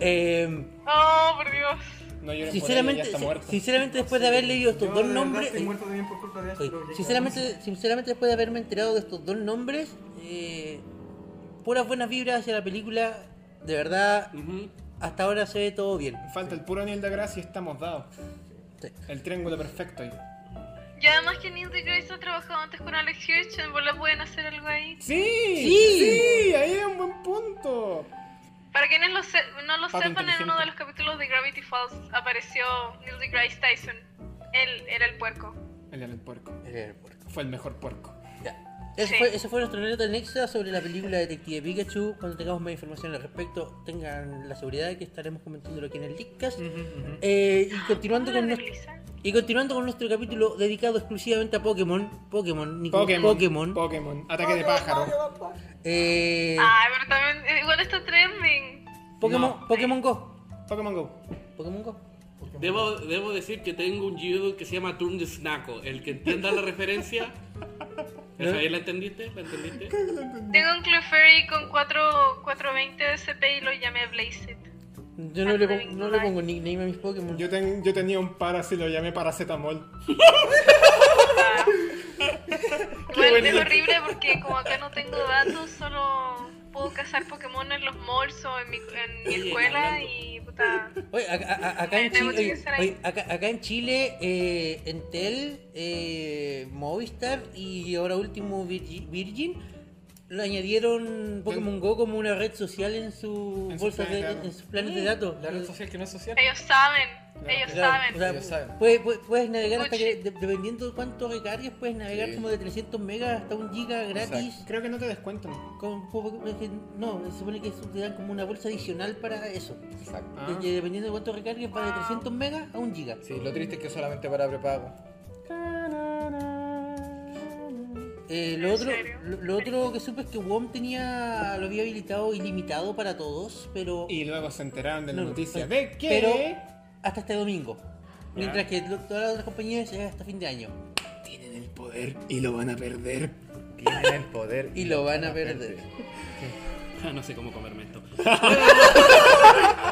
[SPEAKER 6] Eh,
[SPEAKER 5] Oh, por Dios.
[SPEAKER 2] No llores
[SPEAKER 6] sinceramente,
[SPEAKER 2] por ella, ya está
[SPEAKER 6] sin-
[SPEAKER 2] muerta.
[SPEAKER 6] sinceramente, después de haber leído estos
[SPEAKER 3] Yo,
[SPEAKER 6] dos
[SPEAKER 3] de verdad,
[SPEAKER 6] nombres.
[SPEAKER 3] Estoy muerto también por culpa de
[SPEAKER 6] Oye,
[SPEAKER 3] Astro.
[SPEAKER 6] Sinceramente, sinceramente, después de haberme enterado de estos dos nombres, eh, puras buenas vibras hacia la película. De verdad,
[SPEAKER 4] Ujú.
[SPEAKER 6] hasta ahora se ve todo bien.
[SPEAKER 2] Falta el puro Neil deGrasse y estamos dados.
[SPEAKER 6] Sí.
[SPEAKER 2] El triángulo perfecto ahí.
[SPEAKER 5] Y además que Neil deGrasse ha trabajado antes con Alex Hirsch. En bola pueden hacer algo ahí.
[SPEAKER 2] ¡Sí!
[SPEAKER 6] Sí.
[SPEAKER 2] ¡Sí! Ahí es un buen punto.
[SPEAKER 5] Para quienes lo se- no lo
[SPEAKER 2] Pato
[SPEAKER 5] sepan, en uno
[SPEAKER 2] inteligente.
[SPEAKER 5] de los capítulos de Gravity Falls apareció Neil deGrasse Tyson. Él era el puerco.
[SPEAKER 2] El del puerco.
[SPEAKER 6] Eh, puerco.
[SPEAKER 2] Fue el mejor puerco.
[SPEAKER 6] Ya. Ese,
[SPEAKER 5] Sí.
[SPEAKER 6] fue, ese fue nuestro nota anexa sobre la película Detective Pikachu. Cuando tengamos más información al respecto, tengan la seguridad de que estaremos comentándolo aquí en el Leakcast. Eh, y continuando con
[SPEAKER 5] ¿Hablan de
[SPEAKER 6] nuestro...
[SPEAKER 5] Blizzard?
[SPEAKER 6] Y continuando con nuestro capítulo dedicado exclusivamente a Pokémon, Pokémon, Nico,
[SPEAKER 2] Pokémon.
[SPEAKER 6] Pokémon,
[SPEAKER 2] Pokémon. Ataque de pájaro.
[SPEAKER 6] eh,
[SPEAKER 5] Ay, pero también. eh, Igual está trending.
[SPEAKER 6] Pokémon,
[SPEAKER 2] no.
[SPEAKER 6] Pokémon Go,
[SPEAKER 2] Pokémon Go.
[SPEAKER 6] Pokémon Go.
[SPEAKER 4] Debo, debo decir que tengo un judo que se llama Turn de Snaco. El que entienda
[SPEAKER 3] <laughs>
[SPEAKER 4] la referencia. ¿La Javier, ¿La entendiste? ¿La entendiste? <laughs>
[SPEAKER 5] Tengo un Clefairy con 4, 420 de CP y lo llamé Blazed.
[SPEAKER 6] Yo Ah, no le, pongo, no le pongo nickname a mis Pokémon.
[SPEAKER 2] Yo, ten- yo tenía un para así, lo llamé paracetamol.
[SPEAKER 5] Ah. Igual es horrible porque como acá no tengo datos, solo puedo cazar Pokémon en los malls o en mi, en mi
[SPEAKER 4] Oye,
[SPEAKER 5] escuela
[SPEAKER 4] hablando.
[SPEAKER 5] y puta...
[SPEAKER 6] Oye, acá, a- acá en
[SPEAKER 5] Tengo
[SPEAKER 6] Chile,
[SPEAKER 5] que
[SPEAKER 6] oye,
[SPEAKER 5] pensar ahí.
[SPEAKER 6] oye, acá, acá en Chile, eh, Entel, eh, Movistar y ahora último Virgi- Virgin lo añadieron Pokémon Go como una red social en sus
[SPEAKER 2] En sus
[SPEAKER 6] bolsas
[SPEAKER 2] planes
[SPEAKER 6] de,
[SPEAKER 2] de datos.
[SPEAKER 6] en sus planes de datos.
[SPEAKER 3] La red social que no es social.
[SPEAKER 5] Ellos saben, ellos
[SPEAKER 6] Claro,
[SPEAKER 5] saben.
[SPEAKER 6] o sea,
[SPEAKER 3] Ellos saben.
[SPEAKER 6] puedes, puedes- puedes navegar hasta
[SPEAKER 5] Uchi.
[SPEAKER 6] que, de- dependiendo de cuánto recargues, puedes navegar
[SPEAKER 3] Sí.
[SPEAKER 6] como de 300 megas hasta un giga gratis.
[SPEAKER 2] Creo que no te descuentan.
[SPEAKER 6] Con, Pokémon- es que no, se supone que eso te dan como una bolsa adicional para eso.
[SPEAKER 3] Exacto.
[SPEAKER 2] Ah.
[SPEAKER 6] De- que dependiendo de cuánto recargues, va de 300 megas a un giga.
[SPEAKER 3] Sí, lo triste es que solamente para prepago.
[SPEAKER 6] Eh, lo,
[SPEAKER 5] ¿En
[SPEAKER 6] otro,
[SPEAKER 5] serio?
[SPEAKER 6] lo, lo otro que supe es que WOM tenía, lo había habilitado ilimitado para todos, pero,
[SPEAKER 2] Y luego se enteraron de la
[SPEAKER 6] No,
[SPEAKER 2] noticia
[SPEAKER 6] pero-
[SPEAKER 2] de que.
[SPEAKER 6] pero hasta este domingo. Mientras que lo- todas las otras compañías es hasta fin de año.
[SPEAKER 2] Tienen el poder y lo van a perder.
[SPEAKER 3] Tienen el poder.
[SPEAKER 6] Y lo van a perder.
[SPEAKER 4] Ah, No sé cómo comerme esto.
[SPEAKER 2] <laughs>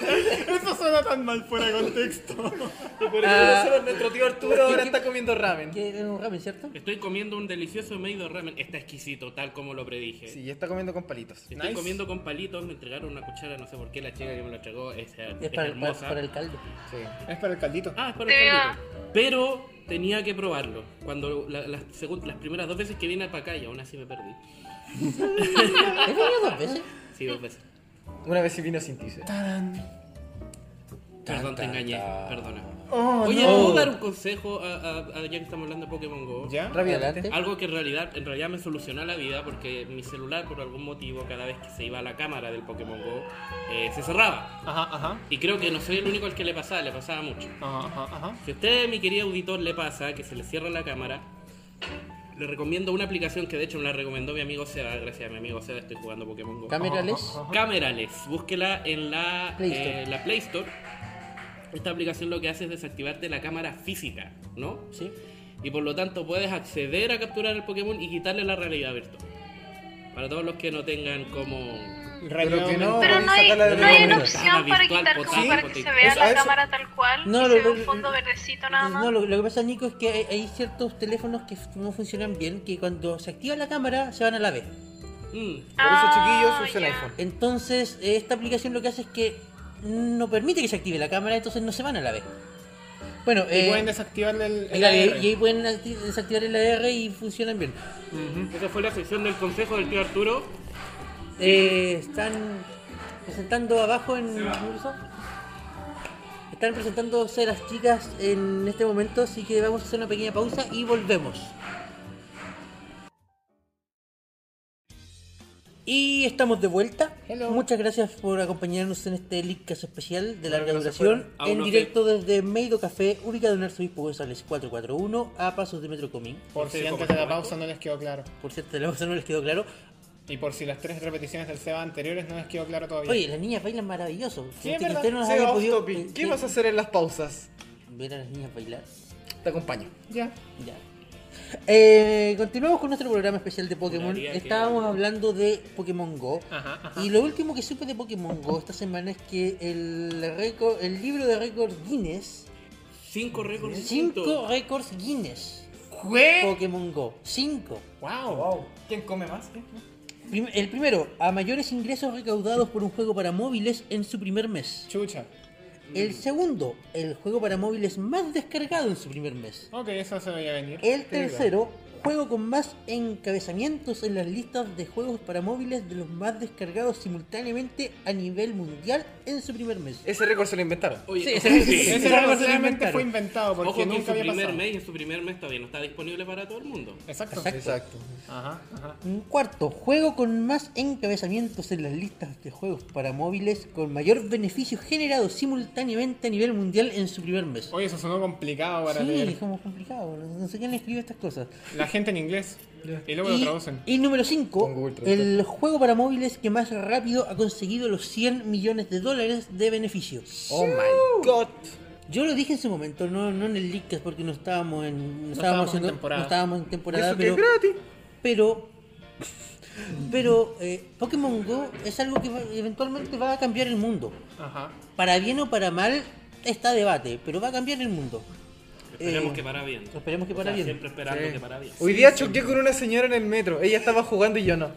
[SPEAKER 2] Eso suena tan mal fuera de contexto.
[SPEAKER 3] Por
[SPEAKER 6] Ah.
[SPEAKER 3] ejemplo, nuestro tío Arturo ahora está comiendo ramen.
[SPEAKER 6] Que es un ramen, ¿cierto?
[SPEAKER 4] Estoy comiendo un delicioso medio ramen. Está exquisito, tal como lo predije.
[SPEAKER 3] Sí, y está comiendo con palitos.
[SPEAKER 4] Estoy
[SPEAKER 2] Nice.
[SPEAKER 4] comiendo con palitos, me entregaron una cuchara, no sé por qué la chica que me lo entregó es, es
[SPEAKER 6] Es para, para,
[SPEAKER 4] hermosa.
[SPEAKER 6] para el caldo.
[SPEAKER 3] Sí.
[SPEAKER 2] Es para el caldito.
[SPEAKER 4] Ah, es para
[SPEAKER 5] Te
[SPEAKER 4] el
[SPEAKER 5] va.
[SPEAKER 4] caldito. Pero tenía que probarlo. Cuando la- las segun- las primeras dos veces que vine para acá y aún así me perdí.
[SPEAKER 6] ¿Has venido dos veces?
[SPEAKER 4] Sí, dos veces.
[SPEAKER 3] Una vez sí vino sin tice.
[SPEAKER 4] Perdón, te engañé. Perdona.
[SPEAKER 2] Oh,
[SPEAKER 4] Oye,
[SPEAKER 2] no.
[SPEAKER 4] ¿puedo dar un consejo a, a- a- ya que estamos hablando de Pokémon Go?
[SPEAKER 2] ¿Ya?
[SPEAKER 3] Rápidamente.
[SPEAKER 6] Adelante.
[SPEAKER 4] Algo que en realidad, en realidad me solucionó la vida porque mi celular, por algún motivo, cada vez que se iba a la cámara del Pokémon Go, eh, se cerraba.
[SPEAKER 2] Ajá, ajá.
[SPEAKER 4] Y creo que no soy el único al que le pasaba, le pasaba mucho.
[SPEAKER 2] Ajá, ajá, ajá.
[SPEAKER 4] Si a usted, mi querido auditor, le pasa que se le cierra la cámara, le recomiendo una aplicación que de hecho me la recomendó mi amigo Seba. Gracias a mi amigo Seba estoy jugando Pokémon Go.
[SPEAKER 6] Camerales.
[SPEAKER 4] Camerales. Búsquela en la
[SPEAKER 6] Play
[SPEAKER 4] eh,
[SPEAKER 6] Store.
[SPEAKER 4] la Play Store. Esta aplicación lo que hace es desactivarte la cámara física, ¿no?
[SPEAKER 6] Sí.
[SPEAKER 4] Y por lo tanto puedes acceder a capturar el Pokémon y quitarle la realidad virtual. Para todos los que no tengan como
[SPEAKER 3] Pero que no,
[SPEAKER 5] Pero
[SPEAKER 3] podéis
[SPEAKER 5] no hay,
[SPEAKER 3] sacarla de
[SPEAKER 5] no hay una
[SPEAKER 3] nuevo.
[SPEAKER 5] opción para quitar como para que se vea
[SPEAKER 3] Eso-
[SPEAKER 5] la
[SPEAKER 3] eso-
[SPEAKER 5] cámara tal cual.
[SPEAKER 6] No,
[SPEAKER 5] No,
[SPEAKER 6] lo-
[SPEAKER 5] se ve
[SPEAKER 6] lo-
[SPEAKER 5] un fondo verdecito nada más.
[SPEAKER 6] No, lo, lo que pasa, Nico, es que hay, hay ciertos teléfonos que f- no funcionan bien, que cuando se activa la cámara se van a la vez.
[SPEAKER 4] Mm.
[SPEAKER 3] Por eso, chiquillos,
[SPEAKER 5] Ah,
[SPEAKER 3] usen
[SPEAKER 5] ya.
[SPEAKER 3] iPhone.
[SPEAKER 6] Entonces, eh, esta aplicación lo que hace es que no permite que se active la cámara, entonces no se van a la vez. Bueno,
[SPEAKER 2] Y
[SPEAKER 6] eh,
[SPEAKER 2] pueden desactivarle el.
[SPEAKER 6] y
[SPEAKER 2] el
[SPEAKER 6] la-
[SPEAKER 2] AR.
[SPEAKER 6] y ahí pueden acti- desactivar el AR y funcionan bien.
[SPEAKER 4] Esa fue la sección del consejo del tío Arturo.
[SPEAKER 6] Eh, están presentando abajo en Microsoft. Están presentándose las chicas en este momento, así que vamos a hacer una pequeña pausa y volvemos. Y estamos de vuelta. Muchas gracias por acompañarnos en este Leadcast especial de larga duración
[SPEAKER 4] fueron. A
[SPEAKER 6] en
[SPEAKER 4] uno que-
[SPEAKER 6] directo desde Meido Café, ubicado en Arzobispo González 441, a pasos de Metro Comín.
[SPEAKER 2] Por si
[SPEAKER 4] Sí,
[SPEAKER 2] antes
[SPEAKER 4] como
[SPEAKER 2] de la
[SPEAKER 4] como
[SPEAKER 2] pausa no les quedó claro.
[SPEAKER 6] Por cierto, la cosa no les quedó claro.
[SPEAKER 2] Y por si las tres repeticiones del Seba anteriores no les quedó claro todavía.
[SPEAKER 6] Oye, las niñas bailan maravilloso.
[SPEAKER 3] Sí, es
[SPEAKER 6] Gente que
[SPEAKER 3] verdad.
[SPEAKER 6] usted no las
[SPEAKER 3] Seba,
[SPEAKER 6] haya
[SPEAKER 3] off
[SPEAKER 6] podido-
[SPEAKER 3] topic. ¿Qué
[SPEAKER 6] eh,
[SPEAKER 3] vas a hacer en las pausas?
[SPEAKER 6] Ver a las niñas bailar.
[SPEAKER 3] Te acompaño.
[SPEAKER 2] Ya.
[SPEAKER 6] Ya. Eh, continuamos con nuestro programa especial de Pokémon.
[SPEAKER 4] Juraría que-
[SPEAKER 6] Estábamos hablando de Pokémon Go.
[SPEAKER 2] Ajá, ajá.
[SPEAKER 6] Y lo último que supe de Pokémon Go esta semana es que el, récord- el libro de récord Guinness.
[SPEAKER 4] Cinco récords.
[SPEAKER 6] Cinco
[SPEAKER 4] distintos.
[SPEAKER 6] récords Guinness. Pokémon Go. Cinco.
[SPEAKER 2] Wow.
[SPEAKER 3] ¿Quién come más?
[SPEAKER 6] Prim- el primero, a mayores ingresos recaudados por un juego para móviles en su primer mes.
[SPEAKER 2] Chucha.
[SPEAKER 6] El segundo, el juego para móviles más descargado en su primer mes.
[SPEAKER 2] Ok, eso se veía venir.
[SPEAKER 6] El tercero, juego con más encabezamientos en las listas de juegos para móviles de los más descargados simultáneamente a nivel mundial en su primer mes.
[SPEAKER 3] Ese récord se lo inventaron.
[SPEAKER 4] Oye,
[SPEAKER 6] Sí,
[SPEAKER 4] ojo,
[SPEAKER 6] ese-
[SPEAKER 4] <laughs> sí.
[SPEAKER 6] ese-
[SPEAKER 2] Ese
[SPEAKER 6] Claro,
[SPEAKER 2] realmente
[SPEAKER 6] se lo inventaron.
[SPEAKER 2] fue inventado porque
[SPEAKER 4] Ojo que en
[SPEAKER 2] nunca
[SPEAKER 4] su
[SPEAKER 2] había
[SPEAKER 4] primer
[SPEAKER 2] pasado. Eh,
[SPEAKER 4] mes, en su primer mes todavía no está disponible para todo el mundo.
[SPEAKER 2] Exacto.
[SPEAKER 3] Exacto.
[SPEAKER 2] Ajá, ajá.
[SPEAKER 6] Un cuarto, juego con más encabezamientos en las listas de juegos para móviles con mayor beneficio generado simultáneamente a nivel mundial en su primer mes.
[SPEAKER 2] Oye, eso sonó complicado para
[SPEAKER 6] Sí, es
[SPEAKER 2] leer.
[SPEAKER 6] como complicado, no no sé quién escribió estas cosas.
[SPEAKER 2] La gente en inglés. Y luego lo
[SPEAKER 6] Y,
[SPEAKER 2] traducen.
[SPEAKER 6] y
[SPEAKER 3] Con
[SPEAKER 6] número
[SPEAKER 3] Google
[SPEAKER 6] 5,
[SPEAKER 3] Traductor.
[SPEAKER 6] el juego para móviles que más rápido ha conseguido los 100 millones de dólares de beneficios.
[SPEAKER 3] Oh my god.
[SPEAKER 6] Yo lo dije en su momento, no, no en el Leadcast porque no estábamos en, no estábamos
[SPEAKER 2] estábamos
[SPEAKER 6] haciendo-
[SPEAKER 2] en temporada.
[SPEAKER 6] no estábamos en temporada,
[SPEAKER 3] Eso que
[SPEAKER 6] pero,
[SPEAKER 3] es gratis.
[SPEAKER 6] pero, <laughs> pero eh, Pokémon Go es algo que va- eventualmente va a cambiar el mundo.
[SPEAKER 2] Ajá.
[SPEAKER 6] Para bien o para mal está debate, pero va a cambiar el mundo.
[SPEAKER 4] Esperemos
[SPEAKER 6] Eh,
[SPEAKER 4] que para bien.
[SPEAKER 6] Esperemos que
[SPEAKER 4] O
[SPEAKER 6] para
[SPEAKER 4] sea,
[SPEAKER 6] bien.
[SPEAKER 4] Siempre esperando que para bien.
[SPEAKER 3] Hoy día choqué con una señora en el metro. Ella estaba jugando y yo no.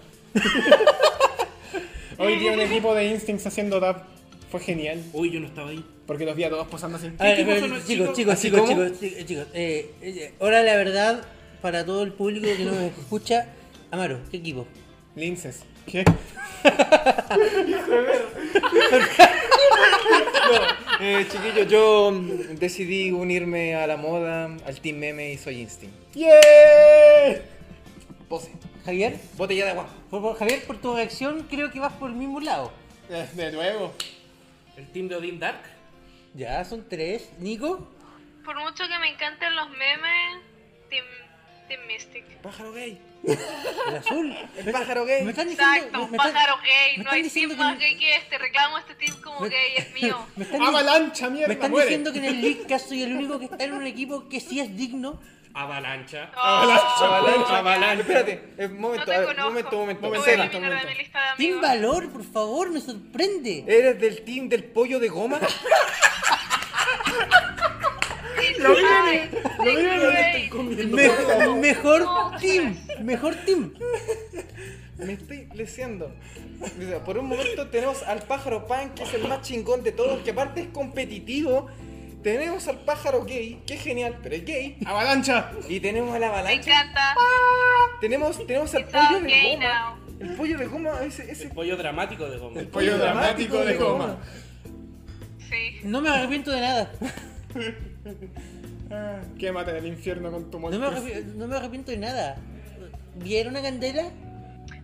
[SPEAKER 2] Hoy día un equipo de Instincts haciendo tap. Fue genial.
[SPEAKER 4] Uy, yo no estaba ahí.
[SPEAKER 2] Porque los vi a todos posando así.
[SPEAKER 6] A ver,
[SPEAKER 4] equipo
[SPEAKER 6] pero,
[SPEAKER 4] son los
[SPEAKER 6] chicos,
[SPEAKER 4] chicos?
[SPEAKER 6] chicos,
[SPEAKER 3] ¿Así
[SPEAKER 6] chicos,
[SPEAKER 3] cómo?
[SPEAKER 6] chicos, chicos, chicos, eh, eh, ahora la verdad para todo el público que nos escucha, Amaro, ¿qué equipo?
[SPEAKER 2] Linces. ¿Qué?
[SPEAKER 3] Eh, chiquillo, yo mm, decidí unirme a la moda, al team meme y soy Instinct.
[SPEAKER 2] ¡Yeah!
[SPEAKER 3] Pose.
[SPEAKER 6] Javier,
[SPEAKER 3] Botella de agua.
[SPEAKER 6] por- por- Javier, por tu reacción creo que vas por el mismo lado.
[SPEAKER 2] Eh, De nuevo.
[SPEAKER 4] El team de Odin Dark.
[SPEAKER 6] Ya, son tres. Nico,
[SPEAKER 5] Por mucho que me encanten los memes, Team, Team Mystic.
[SPEAKER 3] Pájaro gay.
[SPEAKER 6] el azul.
[SPEAKER 3] El pájaro
[SPEAKER 6] Me
[SPEAKER 3] gay.
[SPEAKER 6] están diciendo.
[SPEAKER 5] Exacto,
[SPEAKER 6] me- me
[SPEAKER 5] un
[SPEAKER 6] están-
[SPEAKER 5] pájaro
[SPEAKER 6] me
[SPEAKER 5] gay. No
[SPEAKER 6] están
[SPEAKER 5] hay
[SPEAKER 6] diciendo
[SPEAKER 5] team
[SPEAKER 6] que-
[SPEAKER 5] más gay que este. Reclamo a este team como
[SPEAKER 6] Me-
[SPEAKER 5] gay, es mío.
[SPEAKER 6] <laughs> Me están,
[SPEAKER 2] ¡Avalancha, mierda!
[SPEAKER 6] me están
[SPEAKER 2] muere!
[SPEAKER 6] diciendo que en el League soy el único que está en un equipo que sí es digno.
[SPEAKER 4] Avalancha.
[SPEAKER 5] Oh,
[SPEAKER 3] Avalancha.
[SPEAKER 4] Avalancha.
[SPEAKER 3] Espérate, eh,
[SPEAKER 5] no
[SPEAKER 3] Ah, momento, a
[SPEAKER 5] te
[SPEAKER 3] ver,
[SPEAKER 5] conozco.
[SPEAKER 3] momento, momento,
[SPEAKER 5] Te voy a
[SPEAKER 2] momento,
[SPEAKER 3] Cela.
[SPEAKER 5] eliminar de
[SPEAKER 2] momento.
[SPEAKER 5] mi lista de
[SPEAKER 6] Team
[SPEAKER 5] amigos.
[SPEAKER 6] Valor, por favor, me sorprende.
[SPEAKER 3] ¿Eres del team del pollo de goma?
[SPEAKER 5] Sí, sí, ay, sí, güey.
[SPEAKER 6] Mejor, mejor
[SPEAKER 5] No,
[SPEAKER 6] team, mejor team.
[SPEAKER 3] Me estoy leseando. O sea, por un momento tenemos al pájaro pan, que es el más chingón de todos, que aparte es competitivo. Tenemos al pájaro gay, que es genial, pero es gay.
[SPEAKER 2] ¡Avalancha!
[SPEAKER 3] Y tenemos a la
[SPEAKER 5] Me
[SPEAKER 3] avalancha.
[SPEAKER 5] encanta.
[SPEAKER 3] Tenemos, tenemos al
[SPEAKER 5] It's
[SPEAKER 3] pollo
[SPEAKER 5] all
[SPEAKER 3] de
[SPEAKER 5] gay
[SPEAKER 3] goma.
[SPEAKER 5] now.
[SPEAKER 3] El pollo de goma, ese, ese
[SPEAKER 4] El pollo dramático de Gómez.
[SPEAKER 2] pollo dramático de goma.
[SPEAKER 5] Sí.
[SPEAKER 6] No me arrepiento de nada.
[SPEAKER 2] Ah, Quémate del infierno con tu muerte.
[SPEAKER 6] No me, arrepi- no me arrepiento de nada. ¿Vieron a Candela?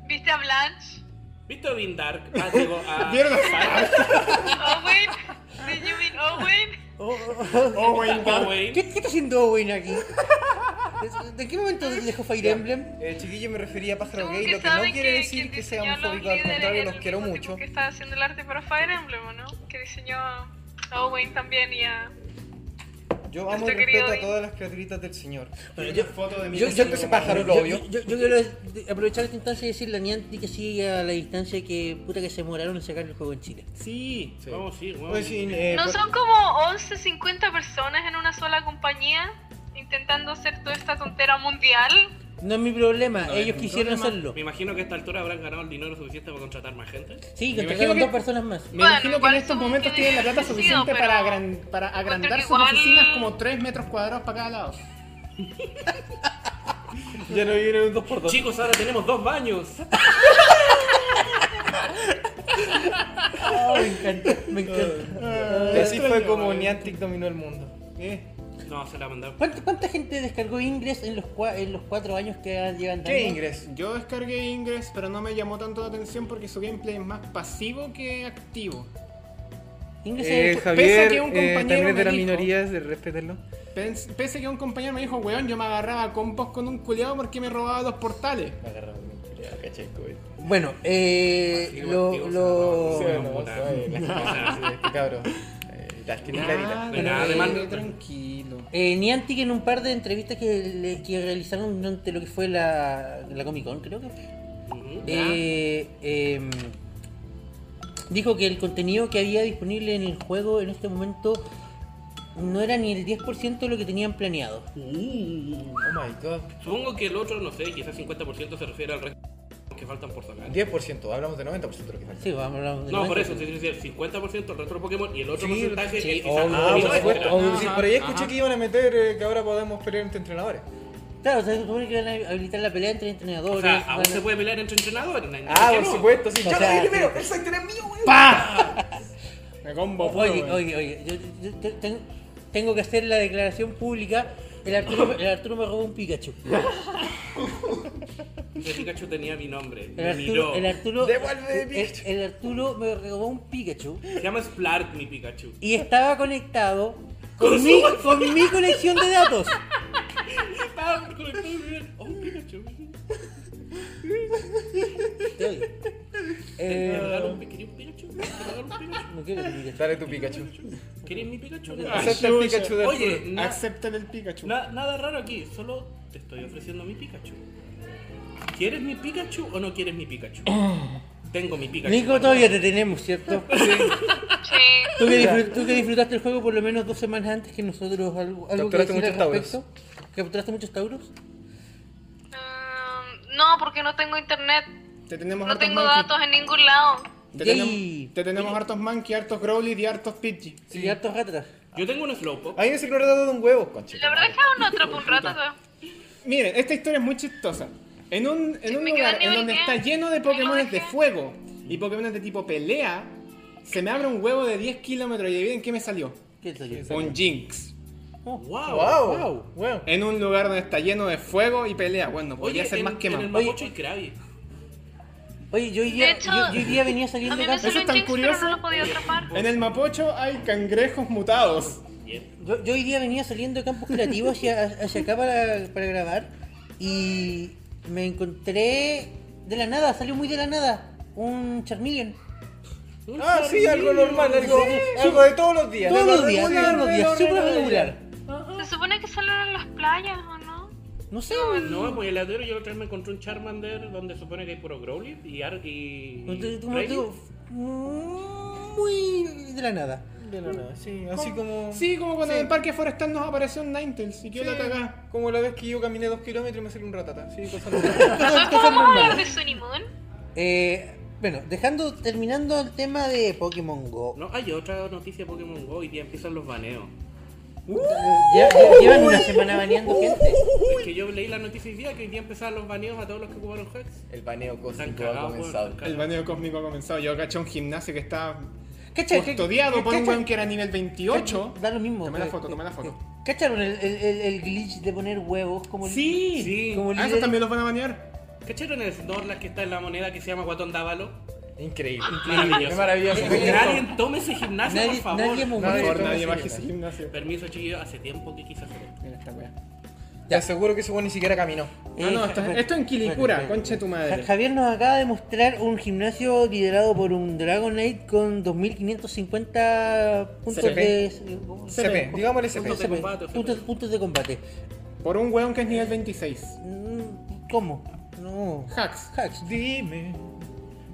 [SPEAKER 5] ¿Viste
[SPEAKER 6] <laughs>
[SPEAKER 5] a Blanche?
[SPEAKER 4] ¿Viste Odin Dark? Ah, digo, a-
[SPEAKER 2] ¿Vieron?
[SPEAKER 5] Owen? Did you mean Owen?
[SPEAKER 6] Oh, oh, oh.
[SPEAKER 2] Oh, Wayne
[SPEAKER 4] a
[SPEAKER 2] Dark.
[SPEAKER 4] Owen.
[SPEAKER 6] ¿Qué, qué está haciendo Owen aquí? ¿De- ¿De qué momento dejó Fire Emblem?
[SPEAKER 3] Eh, chiquillo, me refería a pájaro
[SPEAKER 5] Tú
[SPEAKER 3] gay,
[SPEAKER 5] que
[SPEAKER 3] lo que no
[SPEAKER 5] sabes
[SPEAKER 3] quiere
[SPEAKER 5] que
[SPEAKER 3] decir
[SPEAKER 5] quien
[SPEAKER 3] que sea
[SPEAKER 5] diseñó los
[SPEAKER 3] homofóbico, al
[SPEAKER 5] líderes
[SPEAKER 3] contrario,
[SPEAKER 5] es
[SPEAKER 3] los
[SPEAKER 5] el
[SPEAKER 3] quiero
[SPEAKER 5] mismo
[SPEAKER 3] mucho.
[SPEAKER 5] tipo Que está haciendo el arte para Fire Emblem, ¿o ¿no? Que diseñó a Owen también y a
[SPEAKER 3] Yo amo y
[SPEAKER 5] Nuestro
[SPEAKER 3] respeto
[SPEAKER 5] querido
[SPEAKER 3] a todas las criaturitas del Señor.
[SPEAKER 6] Bueno, yo,
[SPEAKER 2] Foto de mi
[SPEAKER 3] Yo, yo
[SPEAKER 2] vecino,
[SPEAKER 3] empecé pájaro, lo
[SPEAKER 6] yo-
[SPEAKER 3] obvio.
[SPEAKER 6] yo- yo quiero de- aprovechar esta instancia y decirle a Niantic que sigue a la distancia que puta que se demoraron en sacar el juego en Chile.
[SPEAKER 4] Sí,
[SPEAKER 3] Sí.
[SPEAKER 4] vamos, sí, vamos.
[SPEAKER 3] Pues, sí, eh,
[SPEAKER 5] ¿No
[SPEAKER 3] por-
[SPEAKER 5] son como 11, 50 personas en una sola compañía intentando hacer toda esta tontera mundial?
[SPEAKER 6] No es mi problema,
[SPEAKER 7] No, es
[SPEAKER 6] ellos
[SPEAKER 7] mi
[SPEAKER 6] quisieron
[SPEAKER 7] problema.
[SPEAKER 6] hacerlo.
[SPEAKER 4] Me imagino que a esta altura habrán ganado el dinero suficiente para contratar más gente.
[SPEAKER 6] Sí,
[SPEAKER 2] Me
[SPEAKER 6] contrataron
[SPEAKER 2] imagino
[SPEAKER 6] dos
[SPEAKER 2] que-
[SPEAKER 6] personas más.
[SPEAKER 2] Me
[SPEAKER 5] Bueno,
[SPEAKER 2] imagino que en
[SPEAKER 5] igual
[SPEAKER 2] estos
[SPEAKER 5] supongo
[SPEAKER 2] momentos
[SPEAKER 5] que
[SPEAKER 2] tienen la
[SPEAKER 5] debe
[SPEAKER 2] plata
[SPEAKER 5] haber
[SPEAKER 2] suficiente
[SPEAKER 5] sido,
[SPEAKER 2] para,
[SPEAKER 5] pero
[SPEAKER 2] agran- para
[SPEAKER 5] encuentro
[SPEAKER 2] agrandar
[SPEAKER 5] que
[SPEAKER 2] sus
[SPEAKER 5] igual-
[SPEAKER 2] oficinas como 3 metros cuadrados para cada lado.
[SPEAKER 3] ya no viene un 2x2.
[SPEAKER 4] Chicos, ahora tenemos dos baños.
[SPEAKER 6] me encanta, <laughs> me encanta.
[SPEAKER 3] Y así fue
[SPEAKER 2] Extraño,
[SPEAKER 3] como
[SPEAKER 2] vale.
[SPEAKER 3] Niantic dominó el mundo.
[SPEAKER 2] Eh,
[SPEAKER 4] No, se la mandaron.
[SPEAKER 6] ¿Cuánta, cuánta gente descargó Ingress en los, cua- en los cuatro años que ha- llevan
[SPEAKER 3] ¿Qué
[SPEAKER 6] dando?
[SPEAKER 3] ingres?
[SPEAKER 2] Yo descargué Ingress, pero no me llamó tanto la atención porque su gameplay es más pasivo que activo.
[SPEAKER 6] Ingress
[SPEAKER 3] Eh,
[SPEAKER 6] es el-
[SPEAKER 3] Javier,
[SPEAKER 2] que un
[SPEAKER 3] eh,
[SPEAKER 2] compañero
[SPEAKER 3] también es de
[SPEAKER 2] me
[SPEAKER 3] las
[SPEAKER 2] dijo-
[SPEAKER 3] minorías, de respetarlo.
[SPEAKER 2] Pens- Pese que un compañero me dijo, weón, yo me agarraba a combos con un culiado porque me robaba dos portales.
[SPEAKER 6] Bueno, eh,
[SPEAKER 4] Activo,
[SPEAKER 6] lo,
[SPEAKER 4] activo,
[SPEAKER 6] lo-
[SPEAKER 4] se la mandaron.
[SPEAKER 3] Cabrón. Eh, Las tiene claritas.
[SPEAKER 2] Ah,
[SPEAKER 4] No hay nada de malo.
[SPEAKER 2] eh, Tranquilo.
[SPEAKER 6] eh, Niantic en un par de entrevistas que, le- que realizaron durante lo que fue la, la Comic Con, creo que
[SPEAKER 4] Ujú.
[SPEAKER 6] eh, em, dijo que el contenido que había disponible en el juego en este momento no era ni el 10% de lo que tenían planeado.
[SPEAKER 3] Oh my god.
[SPEAKER 4] Supongo que el otro, no sé, quizás 50% se refiere al resto que faltan por sacar.
[SPEAKER 3] 10%, hablamos de 90% de lo que falta.
[SPEAKER 6] Sí, vamos a hablar de
[SPEAKER 4] No, por
[SPEAKER 6] momento.
[SPEAKER 4] eso, sí, sí, sí, el 50% el resto Pokémon y el otro
[SPEAKER 3] Pues Sí,
[SPEAKER 4] porcentaje
[SPEAKER 6] sí,
[SPEAKER 4] es quizás
[SPEAKER 3] Oh,
[SPEAKER 4] más
[SPEAKER 3] no, por
[SPEAKER 4] habilidades.
[SPEAKER 3] supuesto. Oh, sí,
[SPEAKER 2] Ajá,
[SPEAKER 3] por ahí escuché
[SPEAKER 2] ajá.
[SPEAKER 3] que iban a meter eh, que ahora podemos pelear entre entrenadores.
[SPEAKER 6] Claro, o sea, se supone que van a habilitar la pelea entre entrenadores.
[SPEAKER 4] O sea,
[SPEAKER 6] van
[SPEAKER 4] aún
[SPEAKER 6] a-
[SPEAKER 4] se puede pelear entre entrenadores. ¿no?
[SPEAKER 3] Ah,
[SPEAKER 4] ¿Por qué
[SPEAKER 3] por
[SPEAKER 4] no?
[SPEAKER 3] supuesto, sí.
[SPEAKER 6] O
[SPEAKER 3] Yo lo
[SPEAKER 6] sea,
[SPEAKER 3] vi
[SPEAKER 6] sí.
[SPEAKER 3] primero, ese actor es mío, weón.
[SPEAKER 2] Me combo puro,
[SPEAKER 6] Oye,
[SPEAKER 2] weón.
[SPEAKER 6] oye, oye, yo, yo- yo ten- tengo que hacer la declaración pública. El Arturo, el Arturo me robó un Pikachu.
[SPEAKER 4] El Pikachu tenía mi nombre.
[SPEAKER 3] <laughs>
[SPEAKER 6] El
[SPEAKER 4] Me <laughs> miró.
[SPEAKER 6] Arturo, el Arturo,
[SPEAKER 3] Devuelve
[SPEAKER 6] el-
[SPEAKER 3] Pikachu.
[SPEAKER 6] el Arturo me robó un Pikachu
[SPEAKER 4] Se llama Splart
[SPEAKER 3] <laughs>
[SPEAKER 4] mi Pikachu.
[SPEAKER 6] y estaba conectado con mi, con mi colección de datos.
[SPEAKER 4] Ah, conectado bien. Oh, Pikachu.
[SPEAKER 6] Te odio.
[SPEAKER 4] ¿Te
[SPEAKER 6] Eh,
[SPEAKER 4] regalaron un pequeño Pikachu? ¿Te regalaron un Pikachu?
[SPEAKER 6] no quiero que Pikachu.
[SPEAKER 3] Dale <laughs> tu Pikachu. Ah,
[SPEAKER 4] ¿Quieres mi Pikachu?
[SPEAKER 3] Acepta el
[SPEAKER 2] Chucha.
[SPEAKER 3] Pikachu de
[SPEAKER 4] Ah, Oye,
[SPEAKER 3] Arturo.
[SPEAKER 4] na-
[SPEAKER 2] Acepten el Pikachu.
[SPEAKER 4] na- nada raro aquí, solo te estoy ofreciendo mi Pikachu. ¿Quieres mi Pikachu o no quieres
[SPEAKER 3] <clears throat>
[SPEAKER 4] mi Pikachu? Tengo mi Pikachu.
[SPEAKER 6] Nico, todavía te tenemos, ¿cierto?
[SPEAKER 5] Sí.
[SPEAKER 6] Tú que, disfrut- tú que disfrutaste el juego por lo menos dos semanas antes que nosotros, algo, algo que
[SPEAKER 3] Capturaste
[SPEAKER 6] decir al
[SPEAKER 3] muchos tauros.
[SPEAKER 6] respecto. ¿Capturaste muchos tauros?
[SPEAKER 5] Mm, no, porque no tengo internet.
[SPEAKER 2] Te tenemos
[SPEAKER 5] No
[SPEAKER 2] hartos
[SPEAKER 5] tengo
[SPEAKER 2] Mankey.
[SPEAKER 5] datos en ningún lado.
[SPEAKER 2] Te,
[SPEAKER 6] Yay.
[SPEAKER 2] tenemos, te tenemos hartos Mankey, hartos Growlithe y hartos Pidgey.
[SPEAKER 6] Sí. Y hartos ratas.
[SPEAKER 4] Yo tengo un Slowpoke.
[SPEAKER 3] Ahí no se le ha dado un huevo, concha.
[SPEAKER 5] La verdad es que aún no atrapo un rato.
[SPEAKER 2] Miren, esta historia es muy chistosa. En un, en un
[SPEAKER 5] me quedo
[SPEAKER 2] lugar
[SPEAKER 5] a
[SPEAKER 2] en
[SPEAKER 5] nivel
[SPEAKER 2] donde
[SPEAKER 5] diez.
[SPEAKER 2] está lleno de
[SPEAKER 5] Ahí lo
[SPEAKER 2] Pokémon de
[SPEAKER 5] dejé.
[SPEAKER 2] fuego y Pokémon de tipo pelea, se me abre un huevo de 10 kilómetros y adivinen qué me salió.
[SPEAKER 6] ¿Qué es eso?
[SPEAKER 2] Un Jinx.
[SPEAKER 4] Wow.
[SPEAKER 3] Wow,
[SPEAKER 6] Wow.
[SPEAKER 3] wow.
[SPEAKER 2] En un lugar donde está lleno de fuego y pelea. Bueno, podría
[SPEAKER 4] Oye,
[SPEAKER 2] ser
[SPEAKER 4] en,
[SPEAKER 2] más que
[SPEAKER 4] en
[SPEAKER 2] más.
[SPEAKER 4] el Mapocho y Krabby.
[SPEAKER 6] Oye, yo hoy día,
[SPEAKER 5] De hecho,
[SPEAKER 6] yo- yo hoy día venía
[SPEAKER 5] A
[SPEAKER 6] saliendo
[SPEAKER 5] mí
[SPEAKER 6] de
[SPEAKER 5] me
[SPEAKER 6] casa.
[SPEAKER 2] eso
[SPEAKER 5] salió
[SPEAKER 2] es
[SPEAKER 5] un
[SPEAKER 2] tan
[SPEAKER 5] Jinx, pero
[SPEAKER 2] curioso.
[SPEAKER 5] no lo podía atrapar.
[SPEAKER 2] En el Mapocho hay cangrejos mutados.
[SPEAKER 4] Bien.
[SPEAKER 6] Yo, yo hoy día venía saliendo de Campus Creativo hacia, hacia acá para, para grabar y me encontré de la nada, salió muy de la nada, un Charmeleon.
[SPEAKER 3] Ah, sí, algo normal, algo, algo de todos los días.
[SPEAKER 6] Todos
[SPEAKER 3] de
[SPEAKER 6] los días,
[SPEAKER 3] regular,
[SPEAKER 6] todos los
[SPEAKER 3] de
[SPEAKER 6] días,
[SPEAKER 3] lo
[SPEAKER 6] súper
[SPEAKER 3] regular.
[SPEAKER 6] regular.
[SPEAKER 5] Se supone que solo eran las playas, ¿o
[SPEAKER 3] <laughs>
[SPEAKER 5] no?
[SPEAKER 6] No sé,
[SPEAKER 4] pues, No, es muy heladero. Yo la otra vez me encontré un Charmander donde supone que hay puro Growlithe y Ar y.
[SPEAKER 6] no te-
[SPEAKER 4] y
[SPEAKER 6] como te
[SPEAKER 4] Rayleigh.
[SPEAKER 6] digo, muy de la nada.
[SPEAKER 3] De la nada, sí, así como.
[SPEAKER 2] Sí, como cuando en el parque forestal nos apareció un Ninetales y
[SPEAKER 3] Sí,
[SPEAKER 2] yo la cagá.
[SPEAKER 3] Como la vez que yo caminé dos kilómetros y me salió un ratata. Sí, cosas
[SPEAKER 6] Cosas-
[SPEAKER 5] ¿Nosotros
[SPEAKER 6] cosas
[SPEAKER 5] podemos hablar de
[SPEAKER 6] normales.
[SPEAKER 5] Sunny Moon?
[SPEAKER 6] Eh, bueno, dejando, terminando el tema de Pokémon Go.
[SPEAKER 4] No, hay otra noticia de Pokémon Go. Hoy día empiezan los baneos.
[SPEAKER 6] Ya- ya- llevan una semana baneando gente.
[SPEAKER 4] Es que yo leí la noticia hoy día que hoy día empezaban los baneos a todos los que ocuparon Hex.
[SPEAKER 3] El baneo
[SPEAKER 4] Están
[SPEAKER 3] cósmico ha
[SPEAKER 4] cagados, weón,
[SPEAKER 3] comenzado.
[SPEAKER 4] están
[SPEAKER 2] El
[SPEAKER 4] cagados.
[SPEAKER 2] baneo cósmico ha comenzado. Yo caché un gimnasio que estaba
[SPEAKER 6] ¿Cachai?
[SPEAKER 2] custodiado por un
[SPEAKER 6] ¿Cachai?
[SPEAKER 2] weón que era nivel 28.
[SPEAKER 6] Da lo mismo.
[SPEAKER 2] Tomé la
[SPEAKER 6] eh,
[SPEAKER 2] foto, tomé la
[SPEAKER 6] eh,
[SPEAKER 2] foto.
[SPEAKER 6] eh, ¿Cacharon el, el, el, el glitch de poner huevos como el-
[SPEAKER 2] Sí,
[SPEAKER 4] Sí.
[SPEAKER 6] como
[SPEAKER 2] Ah, esos
[SPEAKER 6] líder?
[SPEAKER 2] también los van a banear.
[SPEAKER 4] ¿Cacharon el Snorlax que está en la moneda que se llama Guatón Dávalo?
[SPEAKER 3] Increíble.
[SPEAKER 4] Maravilloso.
[SPEAKER 3] Es maravilloso.
[SPEAKER 4] Nadie tome ese gimnasio,
[SPEAKER 6] Nadie,
[SPEAKER 4] por favor.
[SPEAKER 6] nadie me
[SPEAKER 2] Por
[SPEAKER 3] Nadie
[SPEAKER 2] favor,
[SPEAKER 3] toma
[SPEAKER 2] nadie
[SPEAKER 3] ese
[SPEAKER 2] baje ese
[SPEAKER 4] Eh,
[SPEAKER 3] nivel.
[SPEAKER 2] gimnasio.
[SPEAKER 4] Permiso, chiquillo, hace tiempo que quise hacer esto.
[SPEAKER 2] Mira esta weá.
[SPEAKER 3] Te aseguro que ese weón ni siquiera caminó.
[SPEAKER 2] No, no, esto, esto en Quilicura, conche tu
[SPEAKER 6] Ja-
[SPEAKER 2] madre.
[SPEAKER 6] Javier nos acaba de mostrar un gimnasio liderado por un Dragonite con 2550 puntos
[SPEAKER 2] CP.
[SPEAKER 6] de
[SPEAKER 3] CP, digámosle
[SPEAKER 6] puntos
[SPEAKER 4] CP.
[SPEAKER 6] de combate. Puntos, puntos de combate.
[SPEAKER 2] Por un weón que es nivel 26.
[SPEAKER 6] Mm, ¿Cómo? No.
[SPEAKER 2] Hacks.
[SPEAKER 6] Hacks.
[SPEAKER 3] Dime.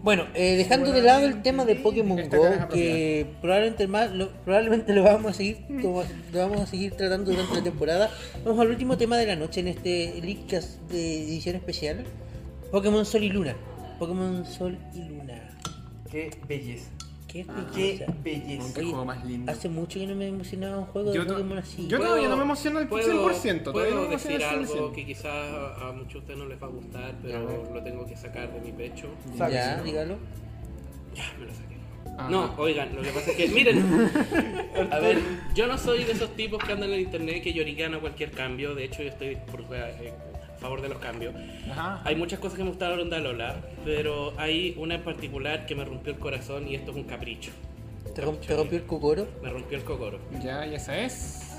[SPEAKER 6] Bueno, eh, dejando de lado el tema de Pokémon
[SPEAKER 2] Esta
[SPEAKER 6] Go,
[SPEAKER 2] caja
[SPEAKER 6] que probablemente más, lo, probablemente lo vamos a seguir, to- lo vamos a seguir tratando durante la temporada. Vamos al último tema de la noche en este Leakcast de edición especial, Pokémon Sol y Luna. Pokémon Sol y Luna.
[SPEAKER 3] Qué belleza.
[SPEAKER 6] Qué
[SPEAKER 3] Ah, Qué
[SPEAKER 6] belleza.
[SPEAKER 3] belleza.
[SPEAKER 2] Qué juego más lindo.
[SPEAKER 6] Hace mucho que no me emocionaba un juego
[SPEAKER 2] Yo
[SPEAKER 6] de
[SPEAKER 2] to-
[SPEAKER 6] Pokémon así.
[SPEAKER 2] yo- todavía no me emociono al 100%, todavía no
[SPEAKER 4] Puedo
[SPEAKER 2] me emociono
[SPEAKER 4] decir
[SPEAKER 2] al
[SPEAKER 4] algo
[SPEAKER 2] 100%.
[SPEAKER 4] que quizás a, a muchos de ustedes no les va a gustar, pero lo tengo que sacar de mi pecho.
[SPEAKER 6] ya, dígalo.
[SPEAKER 4] Ya, me lo saqué.
[SPEAKER 2] Ah.
[SPEAKER 4] No, oigan, lo que pasa es
[SPEAKER 2] <laughs>
[SPEAKER 4] que, miren, a ver, yo no soy de esos tipos que andan en internet que lloriquean a cualquier cambio, de hecho yo estoy por, eh, a favor de los cambios.
[SPEAKER 2] Ajá.
[SPEAKER 4] Hay muchas cosas que me gustaron de Alola, pero hay una en particular que me rompió el corazón y esto es un capricho.
[SPEAKER 6] Te, rom- te rompió el cocoro.
[SPEAKER 4] Me rompió el cocoro.
[SPEAKER 2] Ya, y esa es.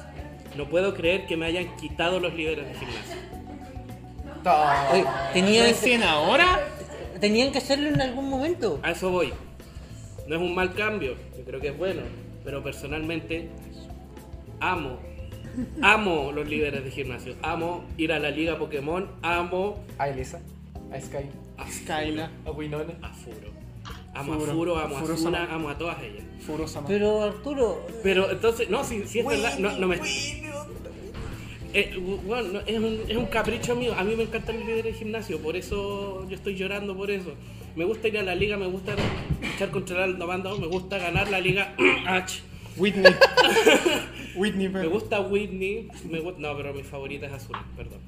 [SPEAKER 4] No puedo creer que me hayan quitado los líderes de gimnasio.
[SPEAKER 3] Ta-
[SPEAKER 6] Oye, tenían,
[SPEAKER 2] ¿Recién ahora?
[SPEAKER 6] tenían que hacerlo en algún momento.
[SPEAKER 4] A eso voy. No es un mal cambio, yo creo que es bueno, pero personalmente amo, amo los líderes de gimnasio, amo ir a la liga Pokémon, amo
[SPEAKER 3] A Elisa, a Sky,
[SPEAKER 4] a
[SPEAKER 2] Skyla,
[SPEAKER 3] a Winona.
[SPEAKER 4] a Furo. Amo a
[SPEAKER 2] Furo.
[SPEAKER 4] Furo, amo
[SPEAKER 2] Furo
[SPEAKER 4] a Suna,
[SPEAKER 2] Sama.
[SPEAKER 4] amo a todas ellas.
[SPEAKER 2] Furosa más.
[SPEAKER 6] Pero Arturo,
[SPEAKER 4] Pero entonces, no, si, si es verdad, no, no me... Eh, w- bueno, no, es, un, es un capricho mío. A mí me encanta el líder del gimnasio, por eso yo estoy llorando por eso. Me gusta ir a la liga, me gusta luchar contra la banda, me gusta ganar la liga. <clears throat> Ach.
[SPEAKER 2] Whitney. Whitney,
[SPEAKER 4] me
[SPEAKER 2] pero.
[SPEAKER 4] gusta Whitney, me gu- no, pero mi favorita es Azul, perdón.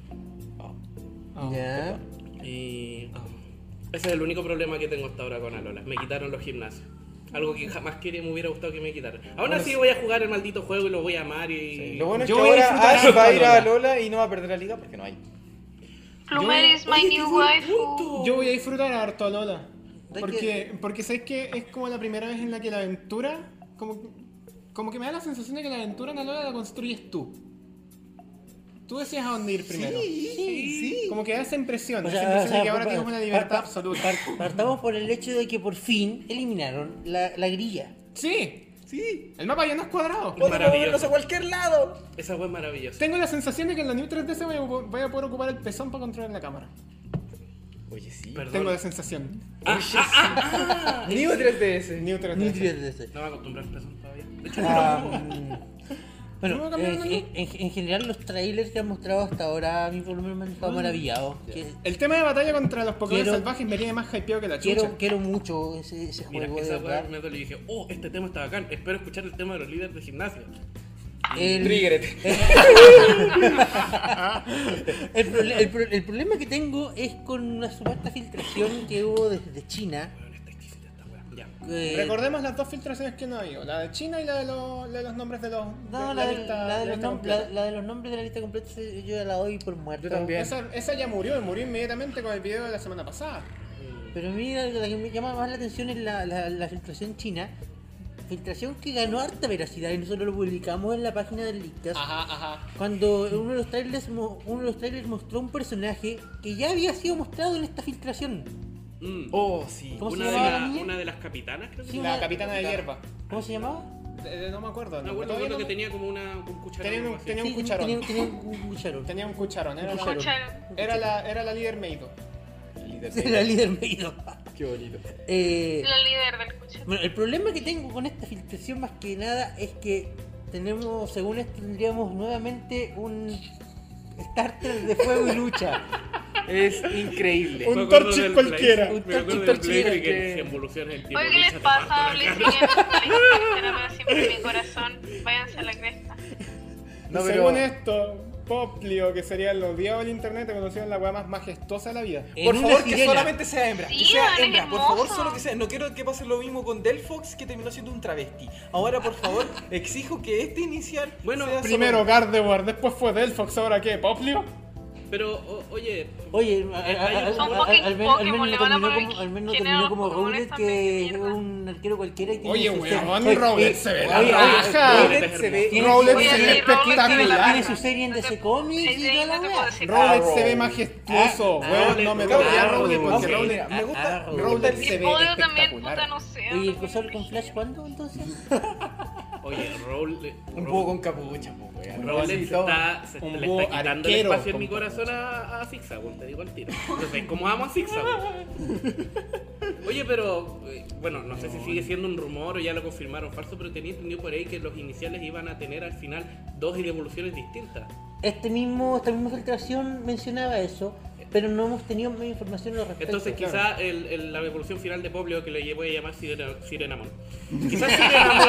[SPEAKER 2] Ah.
[SPEAKER 6] ya.
[SPEAKER 4] Y ah, ese es el único problema que tengo hasta ahora con Alola. Me quitaron los gimnasios. Algo que jamás quería, me hubiera gustado que me quitaran. Aún así voy a jugar el maldito juego y lo voy a amar y...
[SPEAKER 3] Lo bueno es
[SPEAKER 2] Yo
[SPEAKER 3] que
[SPEAKER 2] voy a
[SPEAKER 3] ahora
[SPEAKER 2] disfrutar
[SPEAKER 3] Ash
[SPEAKER 2] harto
[SPEAKER 3] va a
[SPEAKER 2] a
[SPEAKER 3] ir a
[SPEAKER 2] Lola.
[SPEAKER 3] Lola y no va a perder la liga porque no hay.
[SPEAKER 5] Plumer is my
[SPEAKER 4] Oye, qué
[SPEAKER 5] new
[SPEAKER 4] buen
[SPEAKER 5] waifu.
[SPEAKER 4] punto.
[SPEAKER 2] Yo voy a disfrutar harto a Lola.
[SPEAKER 6] ¿De
[SPEAKER 2] Porque, porque sabes que es como la primera vez en la que la aventura. Como, como que me da la sensación de que la aventura en Alola la construyes tú. Tú decías a dónde ir primero.
[SPEAKER 3] sí.
[SPEAKER 2] Como que da esa impresión.
[SPEAKER 6] O
[SPEAKER 2] esa
[SPEAKER 6] sea,
[SPEAKER 2] impresión
[SPEAKER 6] o sea,
[SPEAKER 2] de que ahora
[SPEAKER 6] par-
[SPEAKER 2] tienes una libertad
[SPEAKER 6] par-
[SPEAKER 2] absoluta.
[SPEAKER 6] par- partamos por el hecho de que por fin eliminaron la, la grilla.
[SPEAKER 2] Sí,
[SPEAKER 3] Sí.
[SPEAKER 2] el mapa ya no es cuadrado.
[SPEAKER 4] Bueno.
[SPEAKER 3] Podemos movernos
[SPEAKER 4] Maravilloso.
[SPEAKER 3] a cualquier lado.
[SPEAKER 4] Esa web es maravillosa.
[SPEAKER 2] Tengo la sensación de que en la New 3DS voy a, voy a poder ocupar el pezón para controlar la cámara.
[SPEAKER 3] Oye, sí.
[SPEAKER 4] Perdón.
[SPEAKER 2] Tengo la sensación.
[SPEAKER 4] Ah, ah, ah,
[SPEAKER 3] <laughs> New 3DS.
[SPEAKER 2] New 3DS.
[SPEAKER 4] ah. No me acostumbré al peso todavía. De hecho,
[SPEAKER 6] <laughs> Ah,
[SPEAKER 4] no.
[SPEAKER 6] mm. bueno,
[SPEAKER 2] ¿No cambiaron
[SPEAKER 6] en,
[SPEAKER 2] algo?
[SPEAKER 6] en- en general los trailers que han mostrado hasta ahora a mí por lo menos me han dejado maravillado. Que-
[SPEAKER 2] El tema de batalla contra los Pokémon
[SPEAKER 6] Quiero-
[SPEAKER 2] salvajes me tiene más hypeado que la chucha.
[SPEAKER 6] quiero, quiero mucho ese, ese
[SPEAKER 4] Mira,
[SPEAKER 6] juego de
[SPEAKER 4] esa
[SPEAKER 6] verdad.
[SPEAKER 4] web me dolió y dije, oh, este tema está bacán. Espero escuchar el tema de los líderes de gimnasio.
[SPEAKER 6] El-
[SPEAKER 3] Triggered.
[SPEAKER 6] El, prole- el pro- el problema que tengo es con la supuesta filtración que hubo desde China. Eh,
[SPEAKER 4] Bueno, está exquisita esta wea. Ya.
[SPEAKER 6] que-
[SPEAKER 2] Recordemos las dos filtraciones que no ha habido, la de China y la de, los- la de los nombres de los.
[SPEAKER 6] no,
[SPEAKER 2] de
[SPEAKER 6] la, del-
[SPEAKER 2] lista-
[SPEAKER 6] la
[SPEAKER 2] la
[SPEAKER 6] de los
[SPEAKER 2] lista
[SPEAKER 6] nom-
[SPEAKER 2] completa.
[SPEAKER 6] la- la de los nombres de la lista completa se- yo ya la doy por muerta.
[SPEAKER 3] Yo también.
[SPEAKER 2] Esa, esa ya murió, murió inmediatamente con el video de la semana pasada.
[SPEAKER 6] Pero mira, la que me llama más la atención es la, la- la filtración china. Filtración que ganó harta veracidad y nosotros lo publicamos en la página del Lictas.
[SPEAKER 2] Ajá, ajá.
[SPEAKER 6] Cuando uno de, los trailers, mo- uno de los trailers mostró un personaje que ya había sido mostrado en esta filtración.
[SPEAKER 4] Mm.
[SPEAKER 3] Oh, sí.
[SPEAKER 6] ¿Cómo se
[SPEAKER 4] una, de
[SPEAKER 6] llamaba la
[SPEAKER 4] la-
[SPEAKER 6] niña?
[SPEAKER 4] una de las capitanas, creo que.
[SPEAKER 6] Sí,
[SPEAKER 4] era.
[SPEAKER 6] una-
[SPEAKER 2] La capitana de
[SPEAKER 3] capitana.
[SPEAKER 2] hierba.
[SPEAKER 6] ¿Cómo se llamaba?
[SPEAKER 2] Eh, eh, no me acuerdo.
[SPEAKER 4] No,
[SPEAKER 2] no,
[SPEAKER 4] Ah, bueno,
[SPEAKER 2] todavía
[SPEAKER 4] bueno, que
[SPEAKER 2] no-
[SPEAKER 4] tenía como una, un cucharón.
[SPEAKER 2] Tenía un-
[SPEAKER 4] o así.
[SPEAKER 2] tenía un
[SPEAKER 6] Sí,
[SPEAKER 2] cucharón.
[SPEAKER 6] Tenía, tenía un cucharón.
[SPEAKER 2] tenía un cucharón. Era,
[SPEAKER 6] Un cucharón.
[SPEAKER 5] Escucharon.
[SPEAKER 2] La, era, la, era la líder Meido.
[SPEAKER 6] <laughs> la líder medio.
[SPEAKER 3] Qué bonito.
[SPEAKER 6] Eh,
[SPEAKER 5] La líder del cuchillo.
[SPEAKER 6] Bueno, el problema que tengo con esta filtración más que nada es que tenemos, según esto, tendríamos nuevamente un starter de fuego y lucha.
[SPEAKER 3] Es increíble.
[SPEAKER 2] Un
[SPEAKER 4] Me acuerdo
[SPEAKER 2] Torchic
[SPEAKER 4] del
[SPEAKER 2] cualquiera.
[SPEAKER 4] Blaze.
[SPEAKER 6] Un
[SPEAKER 4] Me
[SPEAKER 6] Torchic
[SPEAKER 4] acuerdo del Blaze
[SPEAKER 6] cualquiera
[SPEAKER 4] que
[SPEAKER 3] que-
[SPEAKER 4] se evoluciona el tipo.
[SPEAKER 5] Oye, ¿qué les
[SPEAKER 4] lucha, te
[SPEAKER 5] pasa?
[SPEAKER 4] parto la
[SPEAKER 5] Les
[SPEAKER 4] cara.
[SPEAKER 5] siguen la pero siempre mi corazón. Váyanse a la cresta.
[SPEAKER 3] No,
[SPEAKER 2] Y
[SPEAKER 3] pero-
[SPEAKER 2] Según esto, Poplio, que sería el odiado del internet, te conocieron la weá más majestuosa de la vida.
[SPEAKER 6] En
[SPEAKER 3] Por
[SPEAKER 6] una
[SPEAKER 3] favor, que
[SPEAKER 6] sirena.
[SPEAKER 3] solamente sea hembra. que
[SPEAKER 5] Sí,
[SPEAKER 3] sea
[SPEAKER 5] vale,
[SPEAKER 3] hembra.
[SPEAKER 5] qué
[SPEAKER 3] Por favor,
[SPEAKER 5] hermoso.
[SPEAKER 3] solo que sea. No quiero que pase lo mismo con Delfox, que terminó siendo un travesti. Ahora, por favor, exijo que este inicial.
[SPEAKER 4] Bueno,
[SPEAKER 3] sea solo-
[SPEAKER 2] Primero Gardevoir, después fue Delfox, ahora qué, Poplio.
[SPEAKER 4] Pero, o- oye,
[SPEAKER 6] Oye, a- a- a-
[SPEAKER 4] Son
[SPEAKER 6] a-
[SPEAKER 5] fucking
[SPEAKER 6] al menos- al menos
[SPEAKER 5] Pokémon,
[SPEAKER 6] no
[SPEAKER 5] le van a
[SPEAKER 6] terminó
[SPEAKER 5] poner
[SPEAKER 6] como- al menos no terminó
[SPEAKER 5] generados
[SPEAKER 6] como
[SPEAKER 5] Pokémon
[SPEAKER 6] Rowlet,
[SPEAKER 5] también,
[SPEAKER 6] que es
[SPEAKER 5] mierda.
[SPEAKER 6] un arquero cualquiera. y tiene
[SPEAKER 2] Oye,
[SPEAKER 6] 60.
[SPEAKER 2] weón,
[SPEAKER 6] Oye,
[SPEAKER 2] Rowlet
[SPEAKER 6] eh,
[SPEAKER 2] se ve la
[SPEAKER 6] oye, oye,
[SPEAKER 2] raja.
[SPEAKER 6] oye,
[SPEAKER 3] Rowlet se ve.
[SPEAKER 6] tiene-
[SPEAKER 2] Rowlet
[SPEAKER 6] oye,
[SPEAKER 5] se ve
[SPEAKER 6] tiene-
[SPEAKER 5] espectacular.
[SPEAKER 6] Tiene su serie en DC Comics y toda la
[SPEAKER 5] no te
[SPEAKER 6] weá.
[SPEAKER 5] puedo decir nada.
[SPEAKER 2] Rowlet se ve majestuoso,
[SPEAKER 4] ah,
[SPEAKER 2] weón. No me
[SPEAKER 4] Rowlet,
[SPEAKER 2] toques a Rowlet
[SPEAKER 4] Rowlet,
[SPEAKER 2] porque
[SPEAKER 4] ok.
[SPEAKER 2] Rowlet.
[SPEAKER 3] me gusta.
[SPEAKER 6] Ah,
[SPEAKER 3] me gusta el
[SPEAKER 6] Rowlet.
[SPEAKER 5] Y
[SPEAKER 3] se ve
[SPEAKER 5] Podio también,
[SPEAKER 3] espectacular.
[SPEAKER 5] puta, no sé.
[SPEAKER 6] Oye, ¿el
[SPEAKER 5] no
[SPEAKER 6] crossover
[SPEAKER 5] sé.
[SPEAKER 6] con Flash cuándo entonces?
[SPEAKER 4] oye, Rowlet.
[SPEAKER 3] Un
[SPEAKER 4] Row-
[SPEAKER 3] búho con capucha, po, weón.
[SPEAKER 4] Rowlet se
[SPEAKER 3] Así todo.
[SPEAKER 4] está, se-
[SPEAKER 2] Un
[SPEAKER 4] le
[SPEAKER 2] búho
[SPEAKER 4] está quitando el
[SPEAKER 2] arquero
[SPEAKER 4] espacio en mi
[SPEAKER 2] con-
[SPEAKER 4] corazón a, a Zigzag, weón, te digo el tiro. No sé cómo amo a Zigzag.
[SPEAKER 2] <laughs>
[SPEAKER 4] weón. Oye, pero, eh, bueno, no sé si sigue siendo un rumor o ya lo confirmaron falso, pero tenía entendido por ahí que los iniciales iban a tener al final dos evoluciones distintas.
[SPEAKER 6] Este mismo, esta misma filtración mencionaba eso, pero no hemos tenido más información al respecto.
[SPEAKER 4] Entonces quizá el- el- la evolución final de Poplio que le voy a llamar Sirena, Sirenamon. Quizás Sirenamon.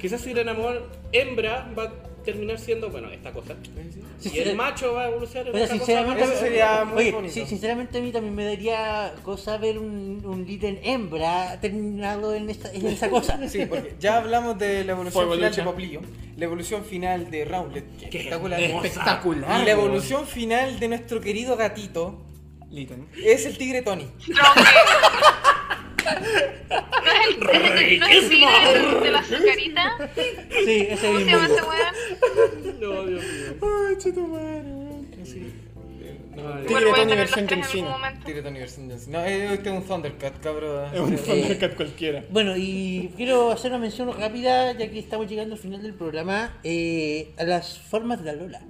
[SPEAKER 4] quizás Sirenamon hembra va a terminar siendo, bueno, esta cosa.
[SPEAKER 6] Sí,
[SPEAKER 4] y el
[SPEAKER 6] sí.
[SPEAKER 4] macho va a evolucionar en
[SPEAKER 6] Pero
[SPEAKER 4] otra cosa.
[SPEAKER 6] sinceramente,
[SPEAKER 3] Eso sería muy
[SPEAKER 6] oye,
[SPEAKER 3] bonito.
[SPEAKER 6] sí, sinceramente a mí también me daría cosa ver un, un Litten hembra terminado en esta, en esa
[SPEAKER 4] <laughs>
[SPEAKER 6] cosa.
[SPEAKER 3] Sí, porque ya hablamos de la evolución
[SPEAKER 2] Fuego
[SPEAKER 3] final
[SPEAKER 2] lucha.
[SPEAKER 3] de Poplillo, la evolución final de Rowlet, que es
[SPEAKER 4] Qué
[SPEAKER 3] espectacular.
[SPEAKER 4] hermosa.
[SPEAKER 2] Espectacular.
[SPEAKER 3] <laughs> Y la evolución final de nuestro querido gatito
[SPEAKER 2] Litten.
[SPEAKER 3] es el tigre Tony.
[SPEAKER 5] Strong. ¿No es el, no es el
[SPEAKER 4] Riquísimo.
[SPEAKER 5] tigre de- de la azucarita?
[SPEAKER 6] Sí, ese
[SPEAKER 5] ¿Cómo se
[SPEAKER 6] mismo.
[SPEAKER 5] llama ese weón?
[SPEAKER 4] No, Dios mío.
[SPEAKER 3] Ay, cheto madre, weón.
[SPEAKER 4] Ay,
[SPEAKER 2] Tigre
[SPEAKER 5] Igual voy a
[SPEAKER 2] Tony
[SPEAKER 5] tener los
[SPEAKER 2] versión
[SPEAKER 5] tres en algún
[SPEAKER 2] Tencina.
[SPEAKER 5] momento.
[SPEAKER 3] Tigre Tony versión Johnson. No, eh, este es un Thundercat, cabrón.
[SPEAKER 2] Es un Thundercat cualquiera.
[SPEAKER 6] Bueno, y quiero hacer una mención rápida, ya que estamos llegando al final del programa, eh, a las formas de la Lola.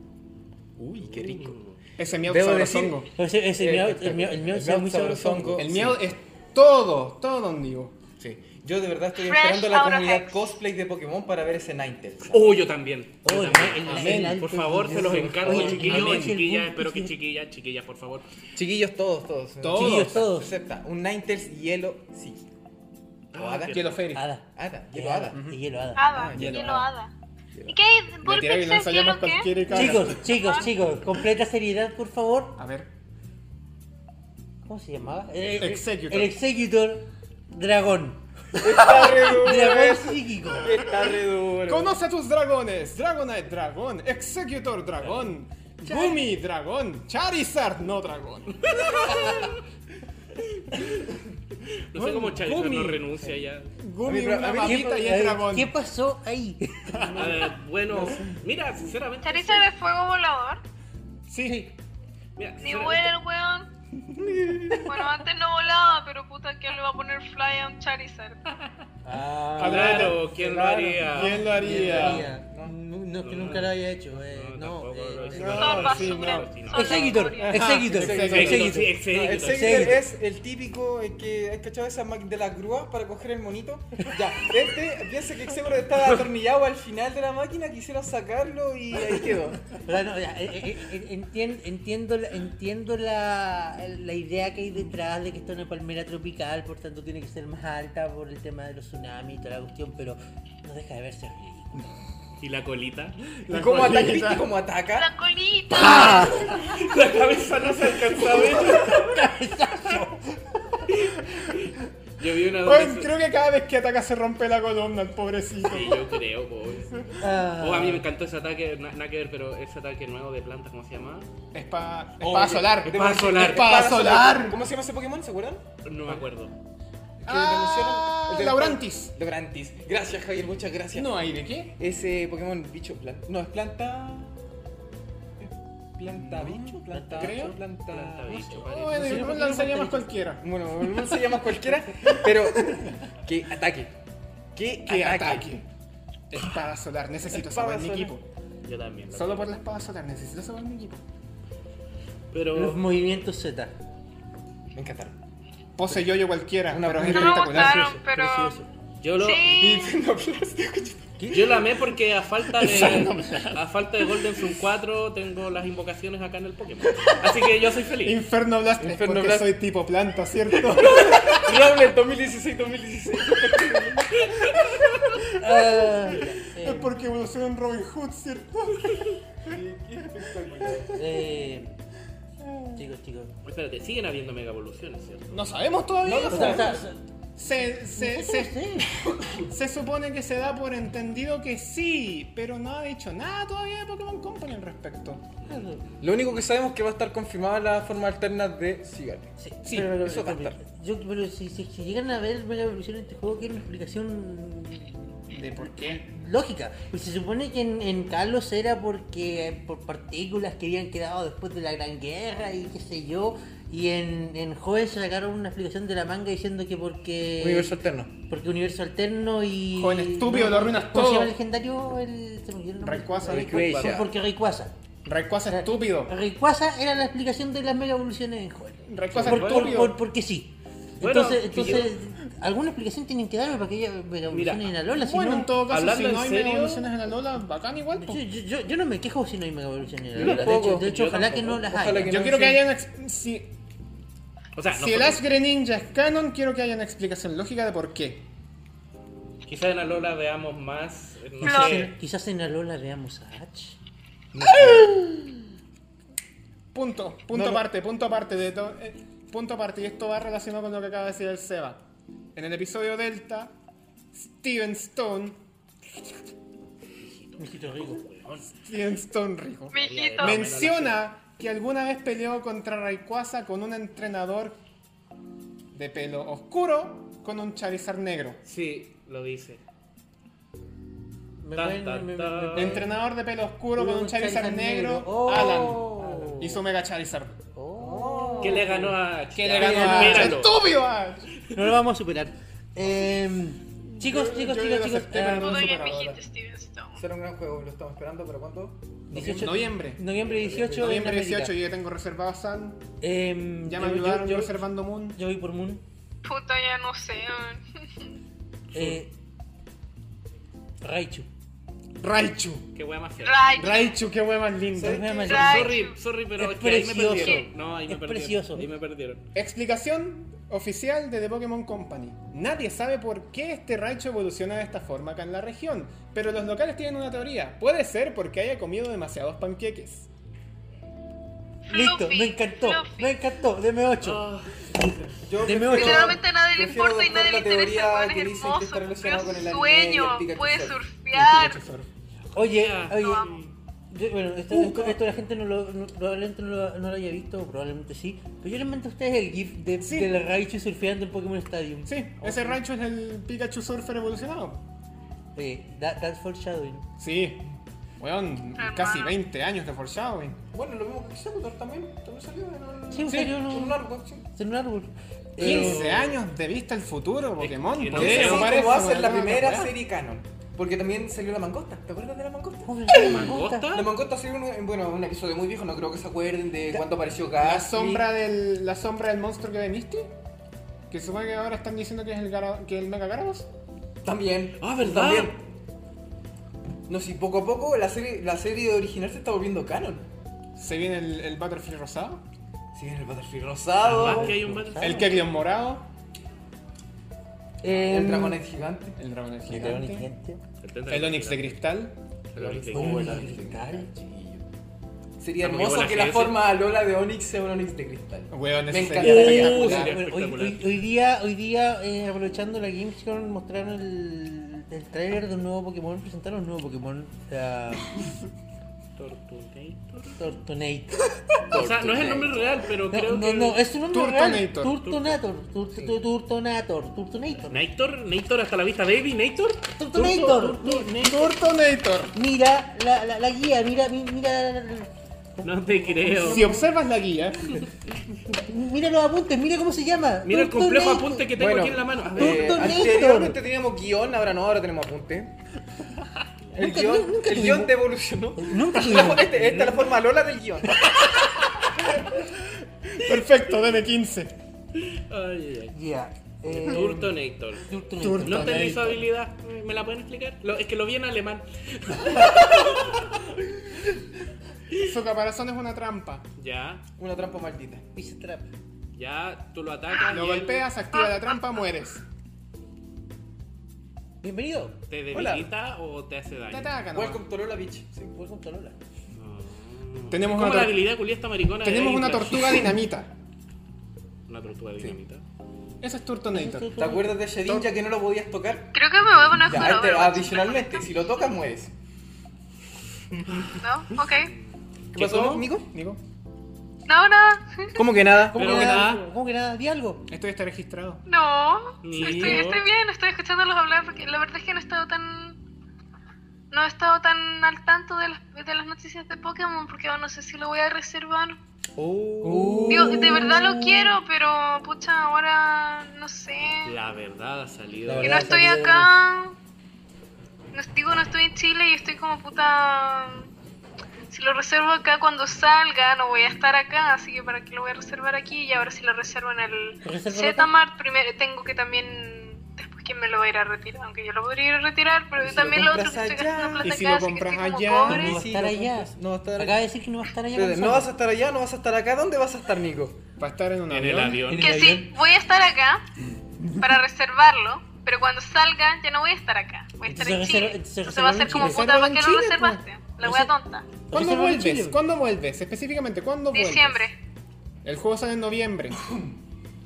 [SPEAKER 3] Uy, qué rico.
[SPEAKER 2] Ese miedo
[SPEAKER 3] Debo
[SPEAKER 2] sabrosongo.
[SPEAKER 3] decir-
[SPEAKER 6] Ese- ese
[SPEAKER 3] Eh,
[SPEAKER 6] miau-
[SPEAKER 3] espera,
[SPEAKER 6] el miau- el miau
[SPEAKER 3] el
[SPEAKER 6] se ve
[SPEAKER 3] miau
[SPEAKER 6] muy
[SPEAKER 3] sabrosongo.
[SPEAKER 6] sabrosongo.
[SPEAKER 2] El
[SPEAKER 3] Sí.
[SPEAKER 2] miedo es todo, todo Don Diego.
[SPEAKER 3] Sí. Yo de verdad estoy
[SPEAKER 5] Fresh
[SPEAKER 3] esperando la
[SPEAKER 5] out of
[SPEAKER 3] comunidad
[SPEAKER 5] Hex.
[SPEAKER 3] cosplay de Pokémon para ver ese Ninetales.
[SPEAKER 4] Oh, yo también. Yo
[SPEAKER 6] Oh,
[SPEAKER 4] también.
[SPEAKER 6] el- el-
[SPEAKER 4] Amén.
[SPEAKER 6] el-
[SPEAKER 4] por favor,
[SPEAKER 6] el-
[SPEAKER 4] se los
[SPEAKER 6] el-
[SPEAKER 4] encargo,
[SPEAKER 6] oye, amén.
[SPEAKER 4] chiquillos, chiquillas.
[SPEAKER 6] El-
[SPEAKER 4] Espero que chiquillas, chiquillas, por favor.
[SPEAKER 3] Chiquillos todos, todos.
[SPEAKER 2] Todos.
[SPEAKER 6] Chiquillos todos.
[SPEAKER 3] Excepta un Ninetales y hielo psíquico. O
[SPEAKER 4] Ah,
[SPEAKER 3] hada.
[SPEAKER 4] qué
[SPEAKER 2] Hielo Fairy.
[SPEAKER 6] Hada.
[SPEAKER 3] Hada, hielo hada.
[SPEAKER 6] Y hielo hada.
[SPEAKER 5] Hada,
[SPEAKER 3] hielo,
[SPEAKER 5] hielo
[SPEAKER 3] hada.
[SPEAKER 5] hada. ¿Y qué hay?
[SPEAKER 2] Le tiráis
[SPEAKER 5] ¿Vulpix es
[SPEAKER 2] lanzallamas
[SPEAKER 5] hielo qué?
[SPEAKER 2] cualquiera y cagas.
[SPEAKER 6] Chicos,
[SPEAKER 5] Ah.
[SPEAKER 6] chicos, chicos, completa seriedad, por favor.
[SPEAKER 2] A ver.
[SPEAKER 6] ¿Cómo se llamaba? Eh, El, el-
[SPEAKER 2] Executor.
[SPEAKER 6] El Executor Dragón.
[SPEAKER 3] Está
[SPEAKER 2] <laughs>
[SPEAKER 3] re
[SPEAKER 6] Dragón psíquico.
[SPEAKER 3] Está re duro.
[SPEAKER 2] Conoce a tus dragones. Dragonite Dragón. Executor Dragón. Gumi Dragón. Charizard no Dragón.
[SPEAKER 4] No sé cómo Charizard no
[SPEAKER 2] Gumi.
[SPEAKER 4] renuncia ya.
[SPEAKER 2] Gumi
[SPEAKER 3] pero a
[SPEAKER 2] una
[SPEAKER 3] mí-
[SPEAKER 6] ¿Qué,
[SPEAKER 2] babita y es dragón.
[SPEAKER 6] ¿Qué pasó ahí?
[SPEAKER 4] A ver, bueno, mira, sinceramente.
[SPEAKER 5] Charizard de fuego volador.
[SPEAKER 2] Sí.
[SPEAKER 4] Mira,
[SPEAKER 5] Ni
[SPEAKER 4] sinceramente-
[SPEAKER 5] huele el
[SPEAKER 3] <laughs>
[SPEAKER 5] weón. Bueno, antes no volaba, pero puta, que le va a poner fly a un Charizard?
[SPEAKER 3] Ah,
[SPEAKER 4] Claro, ¿quién lo
[SPEAKER 3] Claro.
[SPEAKER 4] haría?
[SPEAKER 2] ¿Quién lo haría?
[SPEAKER 6] No, no, es que nunca lo haya hecho. eh,
[SPEAKER 4] No,
[SPEAKER 6] no,
[SPEAKER 4] tampoco lo
[SPEAKER 6] eh,
[SPEAKER 4] hizo.
[SPEAKER 6] eh,
[SPEAKER 2] No,
[SPEAKER 5] Son
[SPEAKER 2] sí,
[SPEAKER 5] basura.
[SPEAKER 2] no.
[SPEAKER 5] Son
[SPEAKER 6] Executor,
[SPEAKER 5] basura.
[SPEAKER 2] Executor,
[SPEAKER 6] Executor,
[SPEAKER 4] Executor, sí,
[SPEAKER 6] Executor.
[SPEAKER 3] No,
[SPEAKER 4] Executor.
[SPEAKER 3] el Seguidor
[SPEAKER 6] Seguidor.
[SPEAKER 3] es el típico eh, que has cachado esa máquina de la grúa para coger
[SPEAKER 2] <laughs>
[SPEAKER 3] el monito. Ya, este piensa que Exegor estaba atornillado al final de la máquina, quisieron sacarlo y ahí quedó.
[SPEAKER 6] Pero no, ya, eh, eh, eh, entien- entiendo, la- entiendo la, la idea que hay detrás de que esto es una palmera tropical, por tanto tiene que ser más alta por el tema de los tsunamis y toda la cuestión, pero no deja de verse ridículo.
[SPEAKER 4] ¿Y la colita?
[SPEAKER 2] La
[SPEAKER 3] ¿Y cómo
[SPEAKER 2] colita.
[SPEAKER 3] ataca? ¿Viste cómo ataca?
[SPEAKER 5] La colita.
[SPEAKER 4] La cabeza no se alcanza a ver. Yo vi una
[SPEAKER 2] Bueno,
[SPEAKER 4] donde se-
[SPEAKER 2] creo que cada vez que ataca se rompe la columna, el pobrecito.
[SPEAKER 4] Sí, yo creo, pues.
[SPEAKER 6] Ah.
[SPEAKER 4] Oh, a mí me encantó ese ataque, na- nada que ver, pero ese ataque nuevo de plantas, ¿cómo se llama?
[SPEAKER 2] Espa- Espada
[SPEAKER 3] Oye,
[SPEAKER 2] solar.
[SPEAKER 4] espada solar.
[SPEAKER 2] Espada solar.
[SPEAKER 3] ¿Cómo se llama ese Pokémon? ¿Se acuerdan?
[SPEAKER 4] No me acuerdo.
[SPEAKER 2] Ah,
[SPEAKER 3] Que le pusieron-
[SPEAKER 2] Laurantis.
[SPEAKER 3] Laurantis. Gracias, Javier, muchas gracias.
[SPEAKER 2] No hay de qué.
[SPEAKER 3] Ese Pokémon bicho planta. No, es planta. Planta bicho, planta.
[SPEAKER 2] Creo.
[SPEAKER 3] Planta,
[SPEAKER 4] Planta bicho, parece.
[SPEAKER 2] Bueno, un lanzallamas cualquiera.
[SPEAKER 3] Bueno, no se llama cualquiera, pero. Que ataque. Que
[SPEAKER 2] ¡Qué
[SPEAKER 3] ataque.
[SPEAKER 2] ataque! Espada solar, necesito
[SPEAKER 3] Espada
[SPEAKER 2] salvar mi
[SPEAKER 3] solar.
[SPEAKER 2] equipo.
[SPEAKER 4] Yo también. la
[SPEAKER 2] Solo
[SPEAKER 4] verdad.
[SPEAKER 2] por la espada solar, necesito salvar mi equipo.
[SPEAKER 6] Los
[SPEAKER 4] Pero.
[SPEAKER 6] movimientos Z.
[SPEAKER 3] Me encantaron. <laughs>
[SPEAKER 2] Pose yo yo cualquiera, una
[SPEAKER 3] Una
[SPEAKER 2] broma
[SPEAKER 5] No me
[SPEAKER 2] espectacular.
[SPEAKER 5] gustaron, pero.
[SPEAKER 4] Yo lo.
[SPEAKER 5] Sí.
[SPEAKER 4] Yo la amé porque a falta de. A falta de Golden Sun 4 tengo las invocaciones acá en el Pokémon. Así que yo soy feliz.
[SPEAKER 2] Inferno Blast, es
[SPEAKER 3] Inferno
[SPEAKER 2] porque
[SPEAKER 3] Blast.
[SPEAKER 2] soy tipo planta, ¿cierto?
[SPEAKER 3] Rowlet 2016-2016.
[SPEAKER 6] Ah,
[SPEAKER 2] es porque evolucionó en Robin Hood, ¿cierto?
[SPEAKER 6] eh, chicos, chicos.
[SPEAKER 4] Espérate, siguen habiendo mega evoluciones, ¿cierto?
[SPEAKER 2] No sabemos todavía.
[SPEAKER 3] No lo
[SPEAKER 6] O sea, o sea,
[SPEAKER 2] se, se,
[SPEAKER 6] Sí,
[SPEAKER 2] se, <laughs> se supone que se da por entendido que sí, pero no ha dicho nada todavía de Pokémon Company al respecto.
[SPEAKER 3] Lo único que sabemos es que va a estar confirmada la forma alterna de Cigarette.
[SPEAKER 6] sí,
[SPEAKER 2] Sí,
[SPEAKER 6] pero,
[SPEAKER 3] eso va a
[SPEAKER 6] pero- Yo, pero si, si- si llegan a ver Mega Evolución en este juego, quiero una explicación
[SPEAKER 2] ¿De por qué?
[SPEAKER 6] lógica. Pues se supone que en, en Kalos era porque por partículas que habían quedado después de la Gran Guerra y qué sé yo. Y en, en Joven se sacaron una explicación de la manga diciendo que porque.
[SPEAKER 3] Universo alterno.
[SPEAKER 6] Porque universo alterno y.
[SPEAKER 2] Joven estúpido, lo arruinas
[SPEAKER 6] ¿Cómo se
[SPEAKER 2] todo.
[SPEAKER 6] llama el legendario? El... se me olvidó el nombre.
[SPEAKER 2] Rayquaza.
[SPEAKER 3] Rayquaza.
[SPEAKER 6] Fue Porque Rayquaza.
[SPEAKER 2] Rayquaza estúpido.
[SPEAKER 6] Rayquaza era la explicación de las mega evoluciones en Joel.
[SPEAKER 2] Rayquaza
[SPEAKER 6] Por- por-
[SPEAKER 2] estúpido.
[SPEAKER 6] por- porque sí.
[SPEAKER 4] Bueno,
[SPEAKER 6] entonces,
[SPEAKER 4] que
[SPEAKER 6] entonces alguna explicación tienen que darme para que ella mega
[SPEAKER 4] Mira,
[SPEAKER 6] evolucione en Alola. si
[SPEAKER 2] Bueno,
[SPEAKER 6] no-
[SPEAKER 2] en todo caso,
[SPEAKER 4] hablando
[SPEAKER 2] si
[SPEAKER 4] en
[SPEAKER 2] no hay
[SPEAKER 4] serio-
[SPEAKER 2] mega evoluciones en la Lola, bacán igual. po.
[SPEAKER 6] Yo, yo, yo- yo no me quejo si no hay mega evoluciones en
[SPEAKER 3] Yo
[SPEAKER 6] Alola. De
[SPEAKER 3] tampoco,
[SPEAKER 6] hecho, de hecho
[SPEAKER 4] yo
[SPEAKER 6] ojalá que
[SPEAKER 4] tampoco.
[SPEAKER 6] no las
[SPEAKER 3] Ojalá
[SPEAKER 6] haya.
[SPEAKER 3] que
[SPEAKER 2] Yo
[SPEAKER 3] no,
[SPEAKER 2] quiero
[SPEAKER 3] sí.
[SPEAKER 2] que hayan... ex- Si,
[SPEAKER 4] O sea,
[SPEAKER 2] si el
[SPEAKER 4] nosotros-
[SPEAKER 2] Ash Greninja es canon, quiero que haya una explicación lógica de por qué.
[SPEAKER 4] quizá en Alola veamos más. eh, No
[SPEAKER 5] Flor.
[SPEAKER 4] sé.
[SPEAKER 6] Quizás en Alola veamos a H.
[SPEAKER 2] Punto, punto
[SPEAKER 3] No, no.
[SPEAKER 2] aparte, punto aparte de to- eh, punto aparte, y esto va relacionado con lo que acaba de decir el Seba. En el episodio Delta, Steven Stone,
[SPEAKER 6] Mijito rico.
[SPEAKER 2] Steven Stone rico,
[SPEAKER 5] Mi hijito.
[SPEAKER 2] menciona que alguna vez peleó contra Rayquaza con un entrenador de pelo oscuro con un Charizard negro.
[SPEAKER 4] Sí, lo dice.
[SPEAKER 6] Me
[SPEAKER 4] Tan,
[SPEAKER 6] pueden-
[SPEAKER 4] tan,
[SPEAKER 6] me- me-
[SPEAKER 4] tan.
[SPEAKER 6] me-
[SPEAKER 2] Entrenador de pelo oscuro con un Charizard negro,
[SPEAKER 6] Oh.
[SPEAKER 2] Alan. Y su Mega Charizard.
[SPEAKER 6] Oh.
[SPEAKER 4] Que le ganó a.
[SPEAKER 2] Que le ganó a Ash.
[SPEAKER 4] Míralo.
[SPEAKER 2] ¡Estúpido Ash!
[SPEAKER 6] No lo vamos a superar. Em, chicos,
[SPEAKER 2] Yo-
[SPEAKER 6] chicos,
[SPEAKER 2] yo
[SPEAKER 6] chicos,
[SPEAKER 2] lo
[SPEAKER 6] chicos.
[SPEAKER 2] acepté, pero
[SPEAKER 6] em,
[SPEAKER 2] no
[SPEAKER 5] Todo
[SPEAKER 2] lo
[SPEAKER 5] y el
[SPEAKER 2] superadora.
[SPEAKER 5] mijito Steven Stone.
[SPEAKER 3] Será un gran juego, lo estamos esperando, pero ¿cuándo?
[SPEAKER 6] 18
[SPEAKER 2] Noviembre.
[SPEAKER 6] Noviembre 18. en
[SPEAKER 2] Noviembre
[SPEAKER 6] América.
[SPEAKER 2] 18 yo ya tengo reservado Sun.
[SPEAKER 6] Em,
[SPEAKER 2] Ya me
[SPEAKER 6] yo- yo-
[SPEAKER 2] ayudaron
[SPEAKER 6] yo-
[SPEAKER 2] reservando Moon.
[SPEAKER 6] Yo voy por Moon.
[SPEAKER 5] Puta, ya no sé. weón.
[SPEAKER 6] Eh, Raichu.
[SPEAKER 2] Raichu.
[SPEAKER 4] Qué wea más fea.
[SPEAKER 5] Ay,
[SPEAKER 2] Raichu, qué wea más linda.
[SPEAKER 6] ¿Sabes qué?
[SPEAKER 4] Sorry,
[SPEAKER 5] Raichu.
[SPEAKER 4] Sorry, sorry, pero
[SPEAKER 6] Es
[SPEAKER 4] es que ahí me
[SPEAKER 6] precioso.
[SPEAKER 4] perdieron. No, ahí me
[SPEAKER 6] Es
[SPEAKER 4] perdieron.
[SPEAKER 6] precioso.
[SPEAKER 4] Ahí me perdieron.
[SPEAKER 2] Explicación oficial de The Pokémon Company. Nadie sabe por qué este Raichu evoluciona de esta forma acá en la región, pero los locales tienen una teoría. Puede ser porque haya comido demasiados panqueques.
[SPEAKER 6] Listo,
[SPEAKER 5] Fluffy,
[SPEAKER 6] me encantó.
[SPEAKER 5] Fluffy.
[SPEAKER 6] Me encantó. Deme 8.
[SPEAKER 2] Ah,
[SPEAKER 3] Yo
[SPEAKER 6] Deme
[SPEAKER 3] prefiero-
[SPEAKER 6] ocho.
[SPEAKER 5] Literalmente a nadie le
[SPEAKER 3] prefiero
[SPEAKER 5] importa y nadie le
[SPEAKER 3] adoptar la
[SPEAKER 5] interesa,
[SPEAKER 3] teoría
[SPEAKER 5] weón,
[SPEAKER 3] que
[SPEAKER 5] es
[SPEAKER 3] dicen que
[SPEAKER 5] hermoso,
[SPEAKER 3] está relacionado
[SPEAKER 5] cumplió
[SPEAKER 3] con el
[SPEAKER 5] su
[SPEAKER 3] anime y el
[SPEAKER 5] sueño,
[SPEAKER 3] Pikachu
[SPEAKER 5] puede
[SPEAKER 3] Surf.
[SPEAKER 5] surfear.
[SPEAKER 6] Oye,
[SPEAKER 4] Ya.
[SPEAKER 6] oye.
[SPEAKER 5] Lo amo.
[SPEAKER 6] yo- bueno, esto, esto- esto la gente no lo, no- probablemente no lo, no lo haya visto, o probablemente sí. Pero yo les mando a ustedes el GIF de,
[SPEAKER 2] Sí.
[SPEAKER 6] del Raichu surfeando en Pokémon Stadium.
[SPEAKER 2] Sí, ese Raichu es el Pikachu Surfer evolucionado.
[SPEAKER 6] Oye, Eh, that, that's foreshadowing.
[SPEAKER 2] Sí. Weón,
[SPEAKER 5] Hermano.
[SPEAKER 2] casi 20 años de foreshadowing.
[SPEAKER 3] Bueno, lo mismo que Executor también. También salió en el.
[SPEAKER 6] Sí, en
[SPEAKER 2] Sí,
[SPEAKER 6] serio,
[SPEAKER 3] en
[SPEAKER 6] no.
[SPEAKER 3] un árbol, sí.
[SPEAKER 6] Es un árbol. Pero-
[SPEAKER 2] 15 años de vista al futuro, Pokémon.
[SPEAKER 4] que no
[SPEAKER 2] ¿por
[SPEAKER 4] sé
[SPEAKER 2] qué
[SPEAKER 3] Eso
[SPEAKER 4] Pero
[SPEAKER 2] no
[SPEAKER 3] sí,
[SPEAKER 2] parece
[SPEAKER 3] como va a ser
[SPEAKER 2] una
[SPEAKER 3] la
[SPEAKER 2] nueva
[SPEAKER 3] primera
[SPEAKER 2] weá?
[SPEAKER 3] serie canon. Porque también salió la mangosta. ¿Te acuerdas de la mangosta?
[SPEAKER 6] Joven, la
[SPEAKER 4] ¿Mangosta?
[SPEAKER 3] La mangosta salió un, bueno, un episodio muy viejo, no creo que se acuerden de cuando apareció Gas.
[SPEAKER 2] La sombra del, la sombra del monstruo que ve Misty. Que se supone que ahora están diciendo que es el, Gara- que es el Mega Garados.
[SPEAKER 3] También.
[SPEAKER 4] Ah, ¿verdad?
[SPEAKER 3] También. No, sí, poco a poco la serie, la serie original se está volviendo canon.
[SPEAKER 2] Se viene el, el Butterfly rosado.
[SPEAKER 3] Sí, el Battlefield
[SPEAKER 4] Además
[SPEAKER 3] rosado.
[SPEAKER 4] que hay un Este Battlefield.
[SPEAKER 2] El Kecleon morado.
[SPEAKER 6] Em,
[SPEAKER 3] El Dragonite gigante.
[SPEAKER 2] El Dragonite
[SPEAKER 6] el dragón
[SPEAKER 2] gigante.
[SPEAKER 6] gigante.
[SPEAKER 2] El Onix de cristal.
[SPEAKER 4] El Onix de
[SPEAKER 6] Oh,
[SPEAKER 4] cristal.
[SPEAKER 6] el Onix de cristal.
[SPEAKER 3] Sería
[SPEAKER 4] Está muy
[SPEAKER 3] hermoso
[SPEAKER 4] buena
[SPEAKER 3] que la
[SPEAKER 4] GS.
[SPEAKER 3] forma Alola de Onix sea un Onix de cristal.
[SPEAKER 2] Weón,
[SPEAKER 3] Me
[SPEAKER 2] ese
[SPEAKER 3] encanta.
[SPEAKER 2] sería espectacular.
[SPEAKER 3] Uh,
[SPEAKER 4] sería
[SPEAKER 6] Hoy- hoy,
[SPEAKER 4] espectacular.
[SPEAKER 6] hoy- hoy día, hoy día eh, aprovechando la Gamescom, mostraron el, el trailer de un nuevo Pokémon, presentaron un nuevo Pokémon, la
[SPEAKER 4] Tortugator.
[SPEAKER 6] Tortonate.
[SPEAKER 4] O sea, no es el nombre real, pero
[SPEAKER 6] No,
[SPEAKER 4] creo
[SPEAKER 6] no,
[SPEAKER 4] que.
[SPEAKER 6] no, es un nombre real.
[SPEAKER 2] Turtonator.
[SPEAKER 6] Turtonator. Tur- tu- Turtonator. Turtonator.
[SPEAKER 4] Nator, Nator hasta la vista, baby, Nator.
[SPEAKER 6] Turtonator.
[SPEAKER 2] Turtonator.
[SPEAKER 6] Mira la, la, la guía, mira, mi- mira,
[SPEAKER 4] No te creo.
[SPEAKER 2] Si observas la guía, <laughs>
[SPEAKER 6] mira los apuntes, mira cómo se llama.
[SPEAKER 4] Mira el complejo
[SPEAKER 6] Turtonator.
[SPEAKER 4] apunte que tengo aquí en la mano. A ver,
[SPEAKER 3] eh,
[SPEAKER 6] Doctor Nator.
[SPEAKER 3] anteriormente teníamos guión, ahora no, ahora tenemos apunte. El
[SPEAKER 6] Nunca-
[SPEAKER 3] guión,
[SPEAKER 6] nu- nunca
[SPEAKER 3] el
[SPEAKER 6] tuvimos-
[SPEAKER 3] guión te evolucionó.
[SPEAKER 6] Nunca tuvimos-
[SPEAKER 3] Este- esta es la forma Lola del guión.
[SPEAKER 2] perfecto, deme 15.
[SPEAKER 4] Ay, ay, ay.
[SPEAKER 6] Ya. eh,
[SPEAKER 4] Turtonator.
[SPEAKER 6] Turtonator.
[SPEAKER 4] No entendí su
[SPEAKER 2] Nator.
[SPEAKER 4] habilidad. ¿Me la pueden explicar? Lo- es que lo vi en alemán.
[SPEAKER 2] Su caparazón es una trampa.
[SPEAKER 4] Ya,
[SPEAKER 3] Una trampa maldita.
[SPEAKER 6] Piece Trap.
[SPEAKER 4] ya, tú lo atacas.
[SPEAKER 2] Lo
[SPEAKER 4] y él
[SPEAKER 2] golpeas, activa la trampa, mueres.
[SPEAKER 6] Bienvenido.
[SPEAKER 4] ¿Te
[SPEAKER 3] Hola.
[SPEAKER 4] debilita o te hace
[SPEAKER 2] Te
[SPEAKER 4] daño?
[SPEAKER 2] ataca, nomás.
[SPEAKER 3] Welcome to Lola Beach. Sí.
[SPEAKER 6] Welcome to Lola.
[SPEAKER 2] Tenemos
[SPEAKER 4] Es como
[SPEAKER 2] una
[SPEAKER 4] la
[SPEAKER 2] tor-
[SPEAKER 4] habilidad culia esta maricona. de
[SPEAKER 2] Tenemos
[SPEAKER 4] Eddie
[SPEAKER 2] una
[SPEAKER 4] Flash.
[SPEAKER 2] tortuga dinamita.
[SPEAKER 4] Una tortuga dinamita.
[SPEAKER 2] Es Ese es Turtonator.
[SPEAKER 3] ¿Te acuerdas de ese ninja que no lo podías tocar?
[SPEAKER 5] Creo que me voy a poner a
[SPEAKER 3] Ya,
[SPEAKER 5] jugar
[SPEAKER 3] este-
[SPEAKER 5] Overwatch.
[SPEAKER 3] adicionalmente, si lo tocas mueres.
[SPEAKER 5] ¿No? Ok.
[SPEAKER 3] ¿Qué pasó,
[SPEAKER 2] ¿Cómo?
[SPEAKER 3] Nico?
[SPEAKER 2] Nico.
[SPEAKER 5] No, nada.
[SPEAKER 3] ¿Cómo que nada?
[SPEAKER 6] <laughs> ¿Cómo que,
[SPEAKER 4] Pero
[SPEAKER 6] nada?
[SPEAKER 4] nada.
[SPEAKER 6] ¿Cómo que nada? Di algo.
[SPEAKER 2] Esto ya está registrado.
[SPEAKER 5] No.
[SPEAKER 4] Ni
[SPEAKER 5] Estoy,
[SPEAKER 4] yo.
[SPEAKER 5] estoy bien, estoy escuchándolos hablar porque la verdad es que no he estado tan... No he estado tan al tanto de las, de las noticias de Pokémon porque no sé si lo voy a reservar. Digo, de verdad
[SPEAKER 3] Oh.
[SPEAKER 5] lo quiero, pero pucha, ahora no sé.
[SPEAKER 4] La verdad ha salido.
[SPEAKER 6] La
[SPEAKER 5] Que
[SPEAKER 6] verdad.
[SPEAKER 5] no estoy
[SPEAKER 6] salió de-
[SPEAKER 5] acá. No, digo, no estoy en Chile y estoy como puta. Si lo reservo acá cuando salga, no voy a estar acá, así que para qué lo voy a reservar aquí. Y ahora si lo reservo en el
[SPEAKER 6] Resérvalo
[SPEAKER 5] Zmart, primero tengo que también. Después, ¿quién me lo va a ir a retirar? Aunque yo lo podría ir a retirar, pero
[SPEAKER 3] ¿Y si lo
[SPEAKER 5] también lo otro que
[SPEAKER 3] compras
[SPEAKER 5] estoy gastando
[SPEAKER 3] allá?
[SPEAKER 2] ¿Y
[SPEAKER 5] plata acá,
[SPEAKER 2] si lo
[SPEAKER 5] así que
[SPEAKER 2] compras
[SPEAKER 5] estoy como
[SPEAKER 2] allá?
[SPEAKER 5] pobre.
[SPEAKER 6] No va a
[SPEAKER 3] Sí,
[SPEAKER 6] estar
[SPEAKER 3] lo
[SPEAKER 6] allá.
[SPEAKER 3] compras. No va a estar allá.
[SPEAKER 6] Acaba de decir que no va a estar allá.
[SPEAKER 3] Espérate,
[SPEAKER 6] Gonzalo.
[SPEAKER 3] No vas a estar allá, no vas a estar acá. ¿Dónde vas a estar, Nico?
[SPEAKER 2] Para estar en un
[SPEAKER 4] En el avión.
[SPEAKER 5] Que sí, voy a estar acá para reservarlo, pero cuando salga ya no voy a estar acá. Voy a estar en
[SPEAKER 6] Entonces
[SPEAKER 5] Chile.
[SPEAKER 6] reserva- entonces
[SPEAKER 5] Entonces va a ser
[SPEAKER 6] reserva
[SPEAKER 5] como
[SPEAKER 6] en
[SPEAKER 5] puta,
[SPEAKER 2] Chile,
[SPEAKER 5] ¿para qué
[SPEAKER 2] reserva
[SPEAKER 5] lo
[SPEAKER 2] en Chile,
[SPEAKER 5] reservaste? La wea tonta.
[SPEAKER 2] ¿Cuándo
[SPEAKER 6] Reserva en
[SPEAKER 2] vuelves?
[SPEAKER 6] Chile.
[SPEAKER 2] ¿Cuándo vuelves? Específicamente, ¿cuándo vuelves?
[SPEAKER 5] Diciembre.
[SPEAKER 2] El juego sale en noviembre.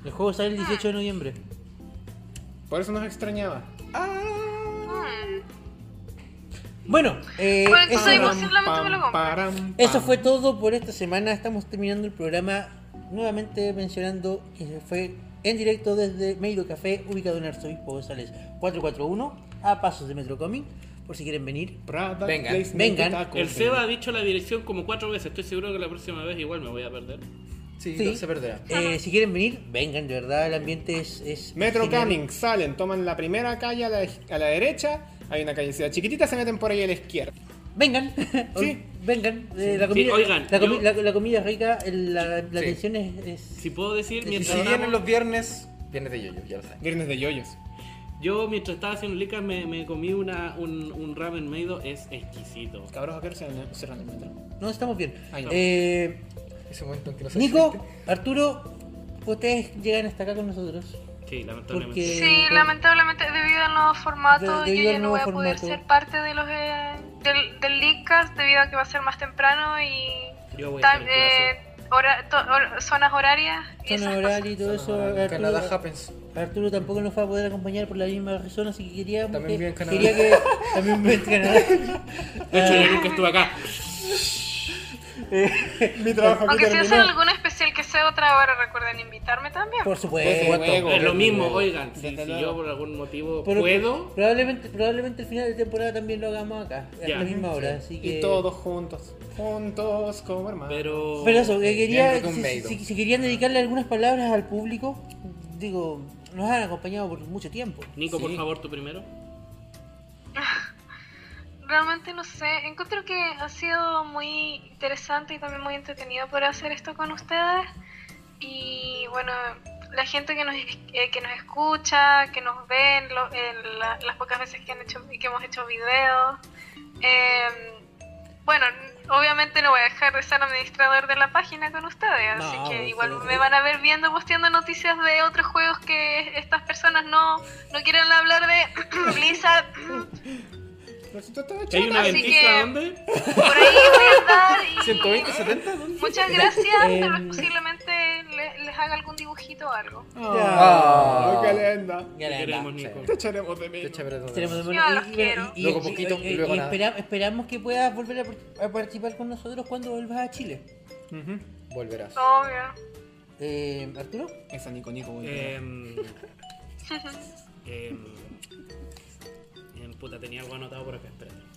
[SPEAKER 6] El juego sale el 18 de noviembre.
[SPEAKER 2] Por eso nos extrañaba.
[SPEAKER 5] Mm.
[SPEAKER 6] Bueno, eh,
[SPEAKER 5] Bueno,
[SPEAKER 6] eso,
[SPEAKER 5] entonces, posiblemente me lo compre.
[SPEAKER 2] param,
[SPEAKER 6] eso
[SPEAKER 2] pam.
[SPEAKER 6] fue todo por esta semana. Estamos terminando el programa nuevamente mencionando que fue en directo desde Meiro Café, ubicado en Arzobispo González 441, a pasos de Metrocomic, por si quieren venir.
[SPEAKER 2] Product
[SPEAKER 3] Vengan,
[SPEAKER 2] placement
[SPEAKER 6] vengan.
[SPEAKER 2] de tacos.
[SPEAKER 4] El Seba ha dicho la dirección como cuatro veces. Estoy seguro que la próxima vez igual me voy a perder.
[SPEAKER 3] Sí,
[SPEAKER 6] Sí.
[SPEAKER 3] no se perderá.
[SPEAKER 6] Eh, si quieren venir, vengan, de verdad, el ambiente es... es
[SPEAKER 2] Metro
[SPEAKER 6] genial.
[SPEAKER 2] Coming, salen, toman la primera calle a la, a la derecha, hay una callecita chiquitita, se meten por ahí a la izquierda.
[SPEAKER 6] Vengan, <laughs>
[SPEAKER 2] Sí.
[SPEAKER 6] vengan. eh, la, comida,
[SPEAKER 4] oigan,
[SPEAKER 6] la, comi-
[SPEAKER 4] yo-
[SPEAKER 6] la- la comida es rica, el- la, la
[SPEAKER 3] Sí.
[SPEAKER 6] atención es... es-
[SPEAKER 4] Si puedo decir,
[SPEAKER 3] Y
[SPEAKER 4] mientras
[SPEAKER 3] si vienen
[SPEAKER 4] hablamos-
[SPEAKER 3] los viernes, viernes de yoyo, ya lo saben.
[SPEAKER 2] Viernes de yoyos.
[SPEAKER 4] yo mientras estaba haciendo licas me, me comí una, un, un ramen meido, es exquisito.
[SPEAKER 2] Cabros, ¿a qué hora cierran- cierran el metro?
[SPEAKER 6] No, estamos bien.
[SPEAKER 2] Ahí no.
[SPEAKER 6] Eh,
[SPEAKER 3] Ese momento en que no se
[SPEAKER 6] Nico,
[SPEAKER 3] siente.
[SPEAKER 6] Arturo, ustedes llegan hasta acá con nosotros.
[SPEAKER 4] Sí, lamentablemente.
[SPEAKER 6] Porque-
[SPEAKER 5] Sí,
[SPEAKER 6] bueno.
[SPEAKER 5] lamentablemente debido al nuevo formato
[SPEAKER 6] De- debido
[SPEAKER 5] yo
[SPEAKER 6] al
[SPEAKER 5] ya no
[SPEAKER 6] nuevo
[SPEAKER 5] voy a poder
[SPEAKER 6] formato.
[SPEAKER 5] ser parte de los eh, del, del Leadcast debido a que va a ser más temprano y
[SPEAKER 4] Yo voy a
[SPEAKER 5] tam-
[SPEAKER 4] estar en clase.
[SPEAKER 5] eh, hora- to- hor- zonas horarias y
[SPEAKER 6] Zona
[SPEAKER 5] esas
[SPEAKER 6] horaria y todo eso.
[SPEAKER 3] Canadá
[SPEAKER 6] Arturo,
[SPEAKER 3] Happens.
[SPEAKER 6] Arturo tampoco nos va a poder acompañar por la misma razón, así que quería
[SPEAKER 3] También
[SPEAKER 6] que,
[SPEAKER 3] vive en Canadá. <laughs>
[SPEAKER 6] quería que también vive en Canadá.
[SPEAKER 4] De hecho, yo nunca
[SPEAKER 2] <laughs>
[SPEAKER 4] estuve acá.
[SPEAKER 2] Mi trabajo
[SPEAKER 5] Aunque si hacen algún especial que sea otra hora, recuerden invitarme también.
[SPEAKER 6] Por
[SPEAKER 2] Desde
[SPEAKER 6] supuesto.
[SPEAKER 2] luego.
[SPEAKER 4] Es lo
[SPEAKER 2] Desde
[SPEAKER 4] mismo,
[SPEAKER 2] luego.
[SPEAKER 4] oigan, si,
[SPEAKER 2] Desde
[SPEAKER 4] si
[SPEAKER 2] luego.
[SPEAKER 4] yo por algún motivo
[SPEAKER 6] Pero-
[SPEAKER 4] puedo,
[SPEAKER 6] Probablemente, probablemente el final de temporada también lo hagamos acá,
[SPEAKER 4] Ya.
[SPEAKER 6] a la misma hora. Así que...
[SPEAKER 2] Y todos juntos. Juntos como hermanos.
[SPEAKER 4] pero...
[SPEAKER 6] Pero eso, que quería,
[SPEAKER 3] Bien, con
[SPEAKER 6] si,
[SPEAKER 3] Meido.
[SPEAKER 6] si- si querían dedicarle algunas palabras al público, digo, nos han acompañado por mucho tiempo.
[SPEAKER 4] Nico, por
[SPEAKER 2] Sí.
[SPEAKER 4] favor, tú primero.
[SPEAKER 5] Realmente no sé, encuentro que ha sido muy interesante y también muy entretenido poder hacer esto con ustedes. Y bueno, la gente que nos, eh, que nos escucha, que nos ven, lo- en la- las pocas veces que, han hecho, que hemos hecho videos. Eh, bueno, obviamente no voy a dejar de ser administrador de la página con ustedes,
[SPEAKER 6] No,
[SPEAKER 5] así
[SPEAKER 6] por
[SPEAKER 5] que igual
[SPEAKER 6] favor.
[SPEAKER 5] me van a ver viendo, posteando noticias de otros juegos que estas personas no, no quieren hablar de <clears throat> Blizzard.
[SPEAKER 2] Pero si tú estabas
[SPEAKER 4] ¿Hay
[SPEAKER 2] chata.
[SPEAKER 4] una
[SPEAKER 5] así
[SPEAKER 4] dentista
[SPEAKER 5] que-
[SPEAKER 4] dónde?
[SPEAKER 5] Por ahí voy a andar y
[SPEAKER 3] 120, 70, ¿dónde?
[SPEAKER 5] muchas gracias,
[SPEAKER 6] Eh,
[SPEAKER 5] tal vez posiblemente le- les haga algún dibujito o algo.
[SPEAKER 2] Ah,
[SPEAKER 3] Ah.
[SPEAKER 2] qué linda.
[SPEAKER 6] Ya
[SPEAKER 4] Te
[SPEAKER 6] la
[SPEAKER 4] queremos,
[SPEAKER 6] verdad.
[SPEAKER 4] Nico.
[SPEAKER 2] Te echaremos de
[SPEAKER 3] Te
[SPEAKER 2] menos.
[SPEAKER 3] echaré todo.
[SPEAKER 6] Tenemos de
[SPEAKER 5] Yo los
[SPEAKER 6] y- y-
[SPEAKER 5] quiero.
[SPEAKER 6] y-
[SPEAKER 3] Luego
[SPEAKER 6] y-
[SPEAKER 3] poquito,
[SPEAKER 6] y-
[SPEAKER 3] luego
[SPEAKER 6] y
[SPEAKER 3] nada.
[SPEAKER 6] espera- esperamos que puedas volver a, par- a participar con nosotros cuando vuelvas a Chile.
[SPEAKER 2] Ujú.
[SPEAKER 3] Volverás.
[SPEAKER 5] Obvio.
[SPEAKER 6] Eh, Arturo,
[SPEAKER 2] Esa Nico Nico. güey.
[SPEAKER 3] Eh,
[SPEAKER 5] <laughs>
[SPEAKER 4] Em, em, em, puta, tenía algo anotado por acá, Eh, espérate.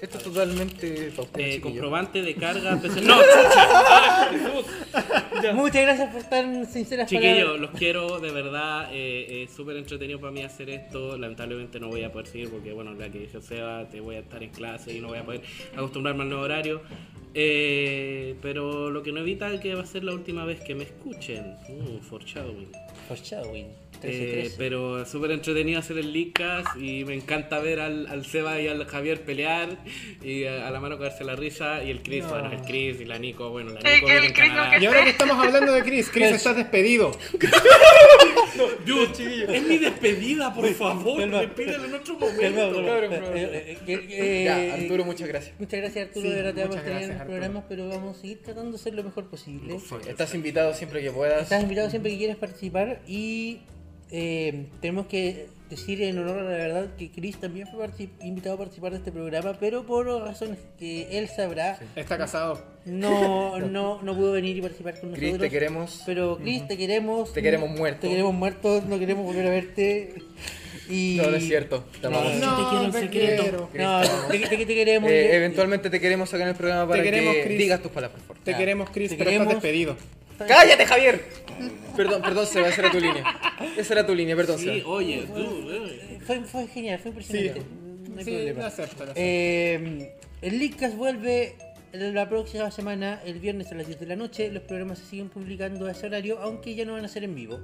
[SPEAKER 3] Esto es totalmente para ustedes,
[SPEAKER 4] Eh,
[SPEAKER 3] chiquillos. <laughs>
[SPEAKER 4] comprobante de carga
[SPEAKER 6] <laughs>
[SPEAKER 4] PC. ¡No! chucha! ¡Ah, Jesús!
[SPEAKER 6] muchas gracias por tan <laughs> sinceras
[SPEAKER 4] Chiquillos,
[SPEAKER 6] palabras.
[SPEAKER 4] los quiero, de verdad, eh, eh, súper entretenido para mí hacer esto. Lamentablemente no voy a poder seguir porque, bueno, la que dijo Seba, te voy a estar en clase y no voy a poder acostumbrarme al nuevo horario. Eh, pero lo que no evita es que va a ser la última vez que me escuchen. Uh, foreshadowing.
[SPEAKER 6] Foreshadowing,
[SPEAKER 4] Eh,
[SPEAKER 6] 13.
[SPEAKER 4] pero súper entretenido hacer el Leadcast y me encanta ver al, al Seba y al Javier pelear y a, a la mano cagarse la risa y el Chris, bueno, el Chris y la Nico, bueno, la
[SPEAKER 5] Eh,
[SPEAKER 4] Nico
[SPEAKER 5] que el
[SPEAKER 4] vive en
[SPEAKER 5] Chris no
[SPEAKER 4] Canadá.
[SPEAKER 5] que-
[SPEAKER 6] Pues,
[SPEAKER 2] Y ahora que estamos hablando de Chris, Chris, estás despedido.
[SPEAKER 4] Dude, Eh,
[SPEAKER 3] <laughs>
[SPEAKER 4] es mi despedida, por favor.
[SPEAKER 6] Calma.
[SPEAKER 4] Despídelo en otro momento.
[SPEAKER 6] Perdón,
[SPEAKER 2] Cabrón,
[SPEAKER 6] perdón.
[SPEAKER 2] cabrón.
[SPEAKER 6] Eh, eh, que- eh,
[SPEAKER 3] Ya, Arturo, muchas gracias.
[SPEAKER 6] Muchas gracias Arturo,
[SPEAKER 2] Sí,
[SPEAKER 6] de verdad te vamos a
[SPEAKER 2] muchas
[SPEAKER 6] tener
[SPEAKER 2] gracias,
[SPEAKER 6] en los
[SPEAKER 2] Arturo.
[SPEAKER 6] programas, pero vamos a seguir tratando de ser lo mejor posible.
[SPEAKER 3] Estás invitado siempre que puedas.
[SPEAKER 6] Estás invitado siempre que quieras participar y eh, tenemos que decir en honor a la verdad que Chris también fue particip- invitado a participar de este programa, pero por razones que él sabrá,
[SPEAKER 2] Está casado.
[SPEAKER 6] no, no, no pudo venir y participar con
[SPEAKER 3] Chris,
[SPEAKER 6] nosotros.
[SPEAKER 3] te queremos.
[SPEAKER 6] Pero Chris, te queremos.
[SPEAKER 3] Te queremos muerto.
[SPEAKER 6] Te queremos muerto, no queremos volver a verte. Y...
[SPEAKER 3] No, no es cierto. Te
[SPEAKER 6] No,
[SPEAKER 3] amamos.
[SPEAKER 4] te quiero en
[SPEAKER 2] te
[SPEAKER 4] secreto.
[SPEAKER 2] quiero.
[SPEAKER 6] No, te, te- te queremos.
[SPEAKER 3] Eh, eventualmente te queremos acá en el programa para
[SPEAKER 2] queremos,
[SPEAKER 3] que
[SPEAKER 2] Chris.
[SPEAKER 3] digas tus palabras, por favor.
[SPEAKER 2] Te
[SPEAKER 6] Ya.
[SPEAKER 2] queremos, Chris,
[SPEAKER 6] Te
[SPEAKER 2] pero
[SPEAKER 6] queremos.
[SPEAKER 2] estás despedido.
[SPEAKER 3] ¡Cállate, Javier! Perdón, perdón, Seba, esa era tu línea. Esa era tu línea, perdón,
[SPEAKER 4] Sí,
[SPEAKER 3] Seba.
[SPEAKER 4] oye, dude. eh.
[SPEAKER 6] Fue, fue genial, fue impresionante.
[SPEAKER 2] Sí.
[SPEAKER 6] No hay
[SPEAKER 2] Sí,
[SPEAKER 6] problema.
[SPEAKER 2] lo acepto. lo acepto.
[SPEAKER 6] Eh, el Leadcast vuelve la próxima semana, el viernes a las 10 de la noche. Los programas se siguen publicando a ese horario, aunque ya no van a ser en vivo.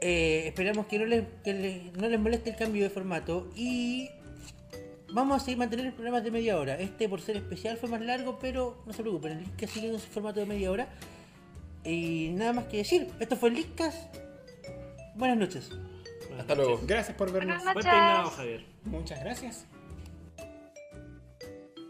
[SPEAKER 6] Eh, esperamos que, no les, que les- no les moleste el cambio de formato y vamos a seguir manteniendo los programas de media hora. Este, por ser especial, fue más largo, pero no se preocupen, el Leadcast sigue en su formato de media hora. Y nada más que decir, esto fue el Leadcast. Buenas noches.
[SPEAKER 3] Hasta luego.
[SPEAKER 2] Gracias por vernos.
[SPEAKER 5] Buenas noches.
[SPEAKER 4] Buen peinado, Javier.
[SPEAKER 2] Muchas gracias.